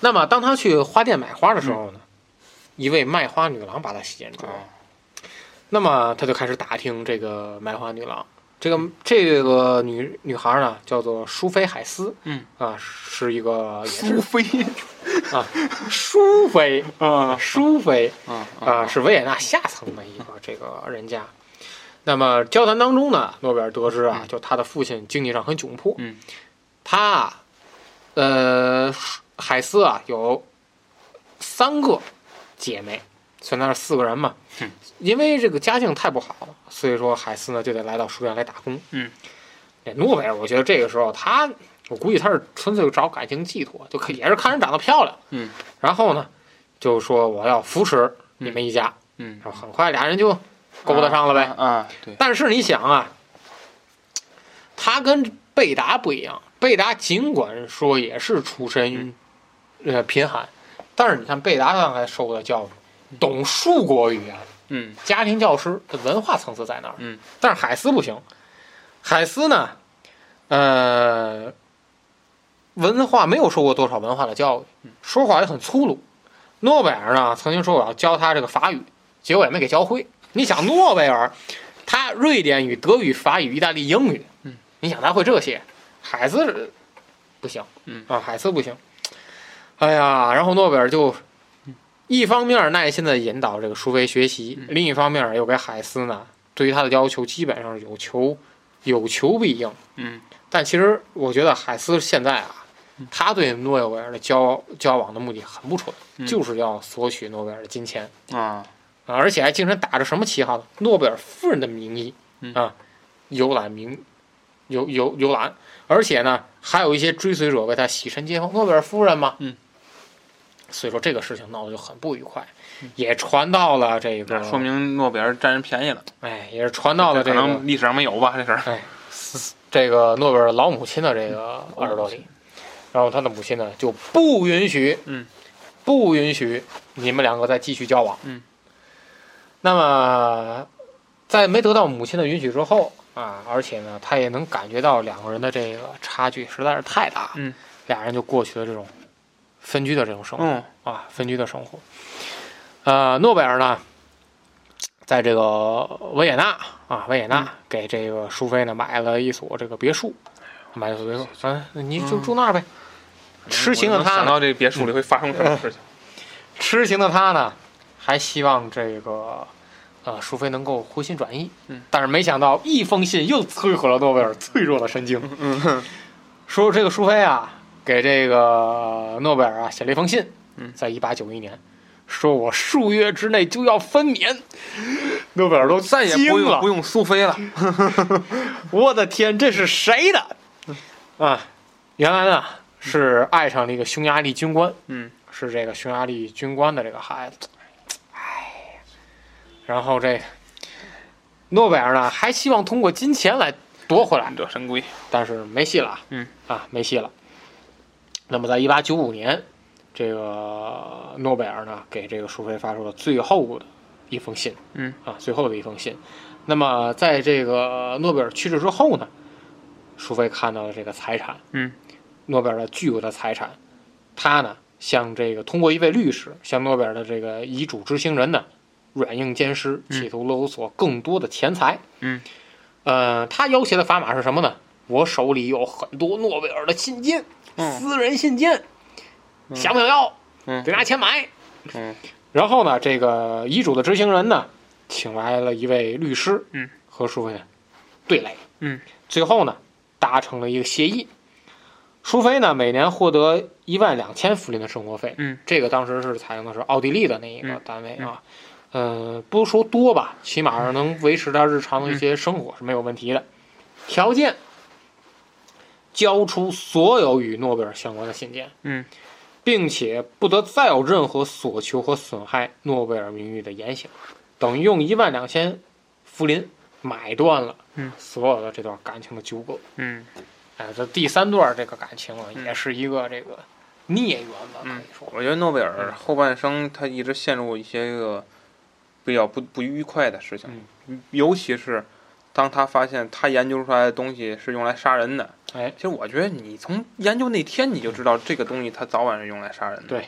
Speaker 2: 那么当他去花店买花的时候呢，一位卖花女郎把他吸引住了。
Speaker 3: 啊
Speaker 2: 那么他就开始打听这个卖花女郎，这个这个女女孩呢叫做舒菲海斯，
Speaker 3: 嗯
Speaker 2: 啊，是一个也
Speaker 3: 苏 <laughs>
Speaker 2: 是
Speaker 3: 菲
Speaker 2: 啊，舒菲，
Speaker 3: 啊
Speaker 2: 舒菲，
Speaker 3: 啊
Speaker 2: 啊，！是维也纳下层的一个
Speaker 3: 嗯
Speaker 2: 这个人家。那么交谈当中呢，诺贝尔得知啊，就他的父亲经济上很窘迫，
Speaker 3: 嗯，
Speaker 2: 他啊，呃，海斯啊有三个姐妹，虽然他是四个人嘛，
Speaker 3: 嗯
Speaker 2: 因为这个家境太不好了，所以说海斯呢就得来到书店来打工，
Speaker 3: 嗯，
Speaker 2: 哎，诺贝尔，我觉得这个时候他，我估计他是纯粹找感情寄托，就可也是看人长得漂亮，
Speaker 3: 嗯，
Speaker 2: 然后呢，就说我要扶持你们一家，
Speaker 3: 嗯，
Speaker 2: 然后很快俩人就勾搭上了呗。
Speaker 3: 啊，对，
Speaker 2: 但是你想啊，他跟贝达不一样，贝达尽管说也是出
Speaker 3: 嗯
Speaker 2: 身、呃贫寒，但是你看贝达刚才受的教育，懂数国语言，啊
Speaker 3: 嗯
Speaker 2: 家庭教师的文化层次在那儿。
Speaker 3: 嗯，
Speaker 2: 但是海斯不行，海斯呢，呃，文化没有受过多少文化的教育，
Speaker 3: 嗯
Speaker 2: 说话也很粗鲁。诺贝尔呢曾经说我要教他这个法语，结果也没给教会。你想诺贝尔，他瑞典语、德语、法语、意大利英语，
Speaker 3: 嗯，
Speaker 2: 你想他会这些，海斯呃不行，
Speaker 3: 嗯
Speaker 2: 啊，海斯不行。哎呀，然后诺贝尔就一方面耐心的引导这个舒菲学习，另一方面又给海斯呢，对于他的要求基本上是有求有求必应。
Speaker 3: 嗯
Speaker 2: 但其实我觉得海斯现在啊，他对诺贝尔的交交往的目的很不纯，
Speaker 3: 嗯
Speaker 2: 就是要索取诺贝尔的金钱
Speaker 3: 啊，
Speaker 2: 啊，而且还经常打着什么旗号呢？诺贝尔夫人的名义
Speaker 3: 嗯
Speaker 2: 啊，游览名游游游览，而且呢，还有一些追随者为他洗尘接风，诺贝尔夫人嘛，
Speaker 3: 嗯，
Speaker 2: 所以说这个事情闹得就很不愉快，也传到了这个，
Speaker 3: 嗯那说明诺贝尔占人便宜了。
Speaker 2: 哎，也是传到了这
Speaker 3: 可
Speaker 2: 个
Speaker 3: 能历史上没有吧，这事儿。
Speaker 2: 这个诺贝尔老母亲的这个耳朵里，然后他的母亲呢就不允许，
Speaker 3: 嗯，
Speaker 2: 不允许你们两个再继续交往，
Speaker 3: 嗯。
Speaker 2: 那么，在没得到母亲的允许之后啊，而且呢，他也能感觉到两个人的这个差距实在是太大，
Speaker 3: 嗯，
Speaker 2: 俩人就过去了这种分居的这种生活，
Speaker 3: 嗯
Speaker 2: 啊，分居的生活。呃，诺贝尔呢，在这个维也纳啊，维也
Speaker 3: 嗯
Speaker 2: 纳给这个舒菲呢买了一所这个别墅，买了所别墅，啊，你就住那儿呗。痴情的
Speaker 3: 嗯我能
Speaker 2: 他
Speaker 3: 想
Speaker 2: 呢，
Speaker 3: 到这别墅里会发生什么事情？
Speaker 2: 痴情的他呢，还希望这个呃舒菲能够回心转意，
Speaker 3: 嗯，
Speaker 2: 但是没想到一封信又摧毁了诺贝尔脆弱的神经。
Speaker 3: 嗯
Speaker 2: 说这个舒菲啊，给这个诺贝尔啊写了一封信，
Speaker 3: 嗯
Speaker 2: 在一八九一年，说我数月之内就要分娩，诺贝尔都
Speaker 3: 再也不
Speaker 2: 惊
Speaker 3: 用
Speaker 2: 了
Speaker 3: 不，用苏菲了。
Speaker 2: 我的天，这是谁的？啊，原来呢是爱上了一个匈牙利军官，
Speaker 3: 嗯
Speaker 2: 是这个匈牙利军官的这个孩子，哎，然后这诺贝尔呢还希望通过金钱来夺回来，
Speaker 3: 忍者嗯神龟。
Speaker 2: 但是没戏了，
Speaker 3: 嗯
Speaker 2: 啊，没戏了。那么，在一八九五年，这个诺贝尔呢给这个舒菲发出了最后的一封信，
Speaker 3: 嗯
Speaker 2: 啊，最后的一封信。那么，在这个诺贝尔去世之后呢，舒菲看到了这个财产，
Speaker 3: 嗯
Speaker 2: 诺贝尔的巨额的财产，他呢向这个通过一位律师向诺贝尔的这个遗嘱执行人呢软硬兼施，企图勒索更多的钱财。
Speaker 3: 嗯
Speaker 2: 呃，他要挟的砝码是什么呢？我手里有很多诺贝尔的信件，
Speaker 3: 嗯
Speaker 2: 私人信件，想不想要？
Speaker 3: 嗯
Speaker 2: 得拿钱买。
Speaker 3: 嗯
Speaker 2: 然后呢，这个遗嘱的执行人呢，请来了一位律师，
Speaker 3: 嗯，
Speaker 2: 和舒菲呢对垒，
Speaker 3: 嗯，
Speaker 2: 最后呢，达成了一个协议。舒菲呢，每年获得一万两千福林的生活费，
Speaker 3: 嗯，
Speaker 2: 这个当时是采用的是奥地利的那一个
Speaker 3: 嗯
Speaker 2: 单位啊，呃，不说多吧，起码是能维持他日常的一些
Speaker 3: 嗯
Speaker 2: 生活是没有问题的。条件，交出所有与诺贝尔相关的信件，
Speaker 3: 嗯，
Speaker 2: 并且不得再有任何所求和损害诺贝尔名誉的言行，等于用一万两千福林买断了，
Speaker 3: 嗯，
Speaker 2: 所有的这段感情的纠葛。
Speaker 3: 嗯
Speaker 2: 哎，这第三段这个感情啊，也是一个这个孽缘吧，
Speaker 3: 嗯
Speaker 2: 可以说。
Speaker 3: 我觉得诺贝
Speaker 2: 嗯
Speaker 3: 尔后半生他一直陷入一些个比较不不愉快的事情，
Speaker 2: 嗯
Speaker 3: 尤其是当他发现他研究出来的东西是用来杀人的。
Speaker 2: 哎，
Speaker 3: 其实我觉得你从研究那天你就知道这个东西它早晚是用来杀人的，
Speaker 2: 对，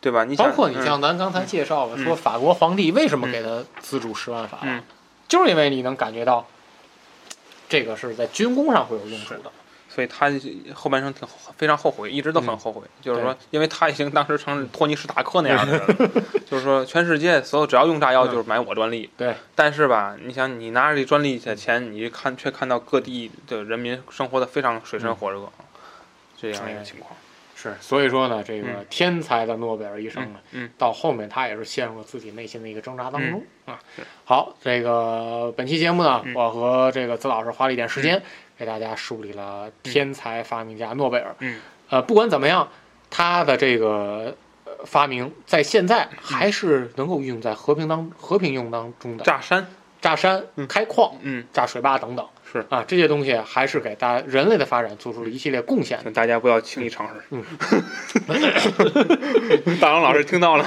Speaker 3: 对吧？你想
Speaker 2: 包括你
Speaker 3: 嗯
Speaker 2: 像咱刚才介绍了，
Speaker 3: 嗯
Speaker 2: 说法国皇帝为什么给他资助十万法郎，
Speaker 3: 嗯
Speaker 2: 就是因为你能感觉到这个是在军功上会有用处的。
Speaker 3: 所以他后半生挺非常后悔，一直都
Speaker 2: 嗯
Speaker 3: 很后悔。就是说，因为他已经当时成托尼史塔克那样的人
Speaker 2: <laughs>
Speaker 3: 了，就是说全世界所有只要用炸药
Speaker 2: 嗯
Speaker 3: 就是买我专利。
Speaker 2: 对，
Speaker 3: 但是吧，你想你拿着这专利的钱，你看却看到各地的人民生活的非常水深火热，这样一个情况。
Speaker 2: 是，所以说呢，这个
Speaker 3: 嗯
Speaker 2: 天才的诺贝尔医生呢，
Speaker 3: 嗯嗯
Speaker 2: 到后面他也是陷入了自己内心的一个挣扎当中、啊
Speaker 3: 嗯是。
Speaker 2: 好，这个本期节目呢，
Speaker 3: 嗯
Speaker 2: 我和这个子老师花了一点时间，给大家梳理了天才发明家诺贝尔。
Speaker 3: 嗯，
Speaker 2: 呃，不管怎么样，他的这个。呃发明在现在
Speaker 3: 嗯
Speaker 2: 还是能够运用在和平当和平用当中的
Speaker 3: 炸山，
Speaker 2: 炸山、
Speaker 3: 嗯
Speaker 2: 开矿、
Speaker 3: 嗯，
Speaker 2: 炸水坝等等，
Speaker 3: 是
Speaker 2: 啊，这些东西还是给大人类的发展做出了一系列贡献的。
Speaker 3: 嗯请大家不要轻易尝试。大龙老师听到了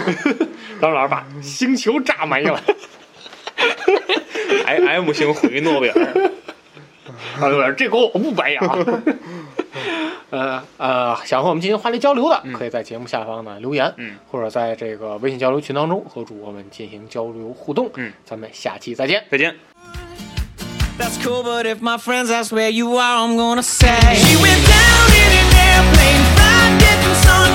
Speaker 2: 当然把星球炸没 <laughs> 了。
Speaker 3: ，I M 型毁诺贝尔。
Speaker 2: 啊，有点这锅我不白养。呃呃，想和我们进行话题交流的，可以在节目下方呢留言，
Speaker 3: 嗯，
Speaker 2: 或者在这个微信交流群当中和主播们进行交流互动。
Speaker 3: 嗯，
Speaker 2: 咱们下期再见。
Speaker 3: 再见。
Speaker 1: That's cool, but if my friends ask where you are, I'm gonna say. She went down in an airplane, fried dipping on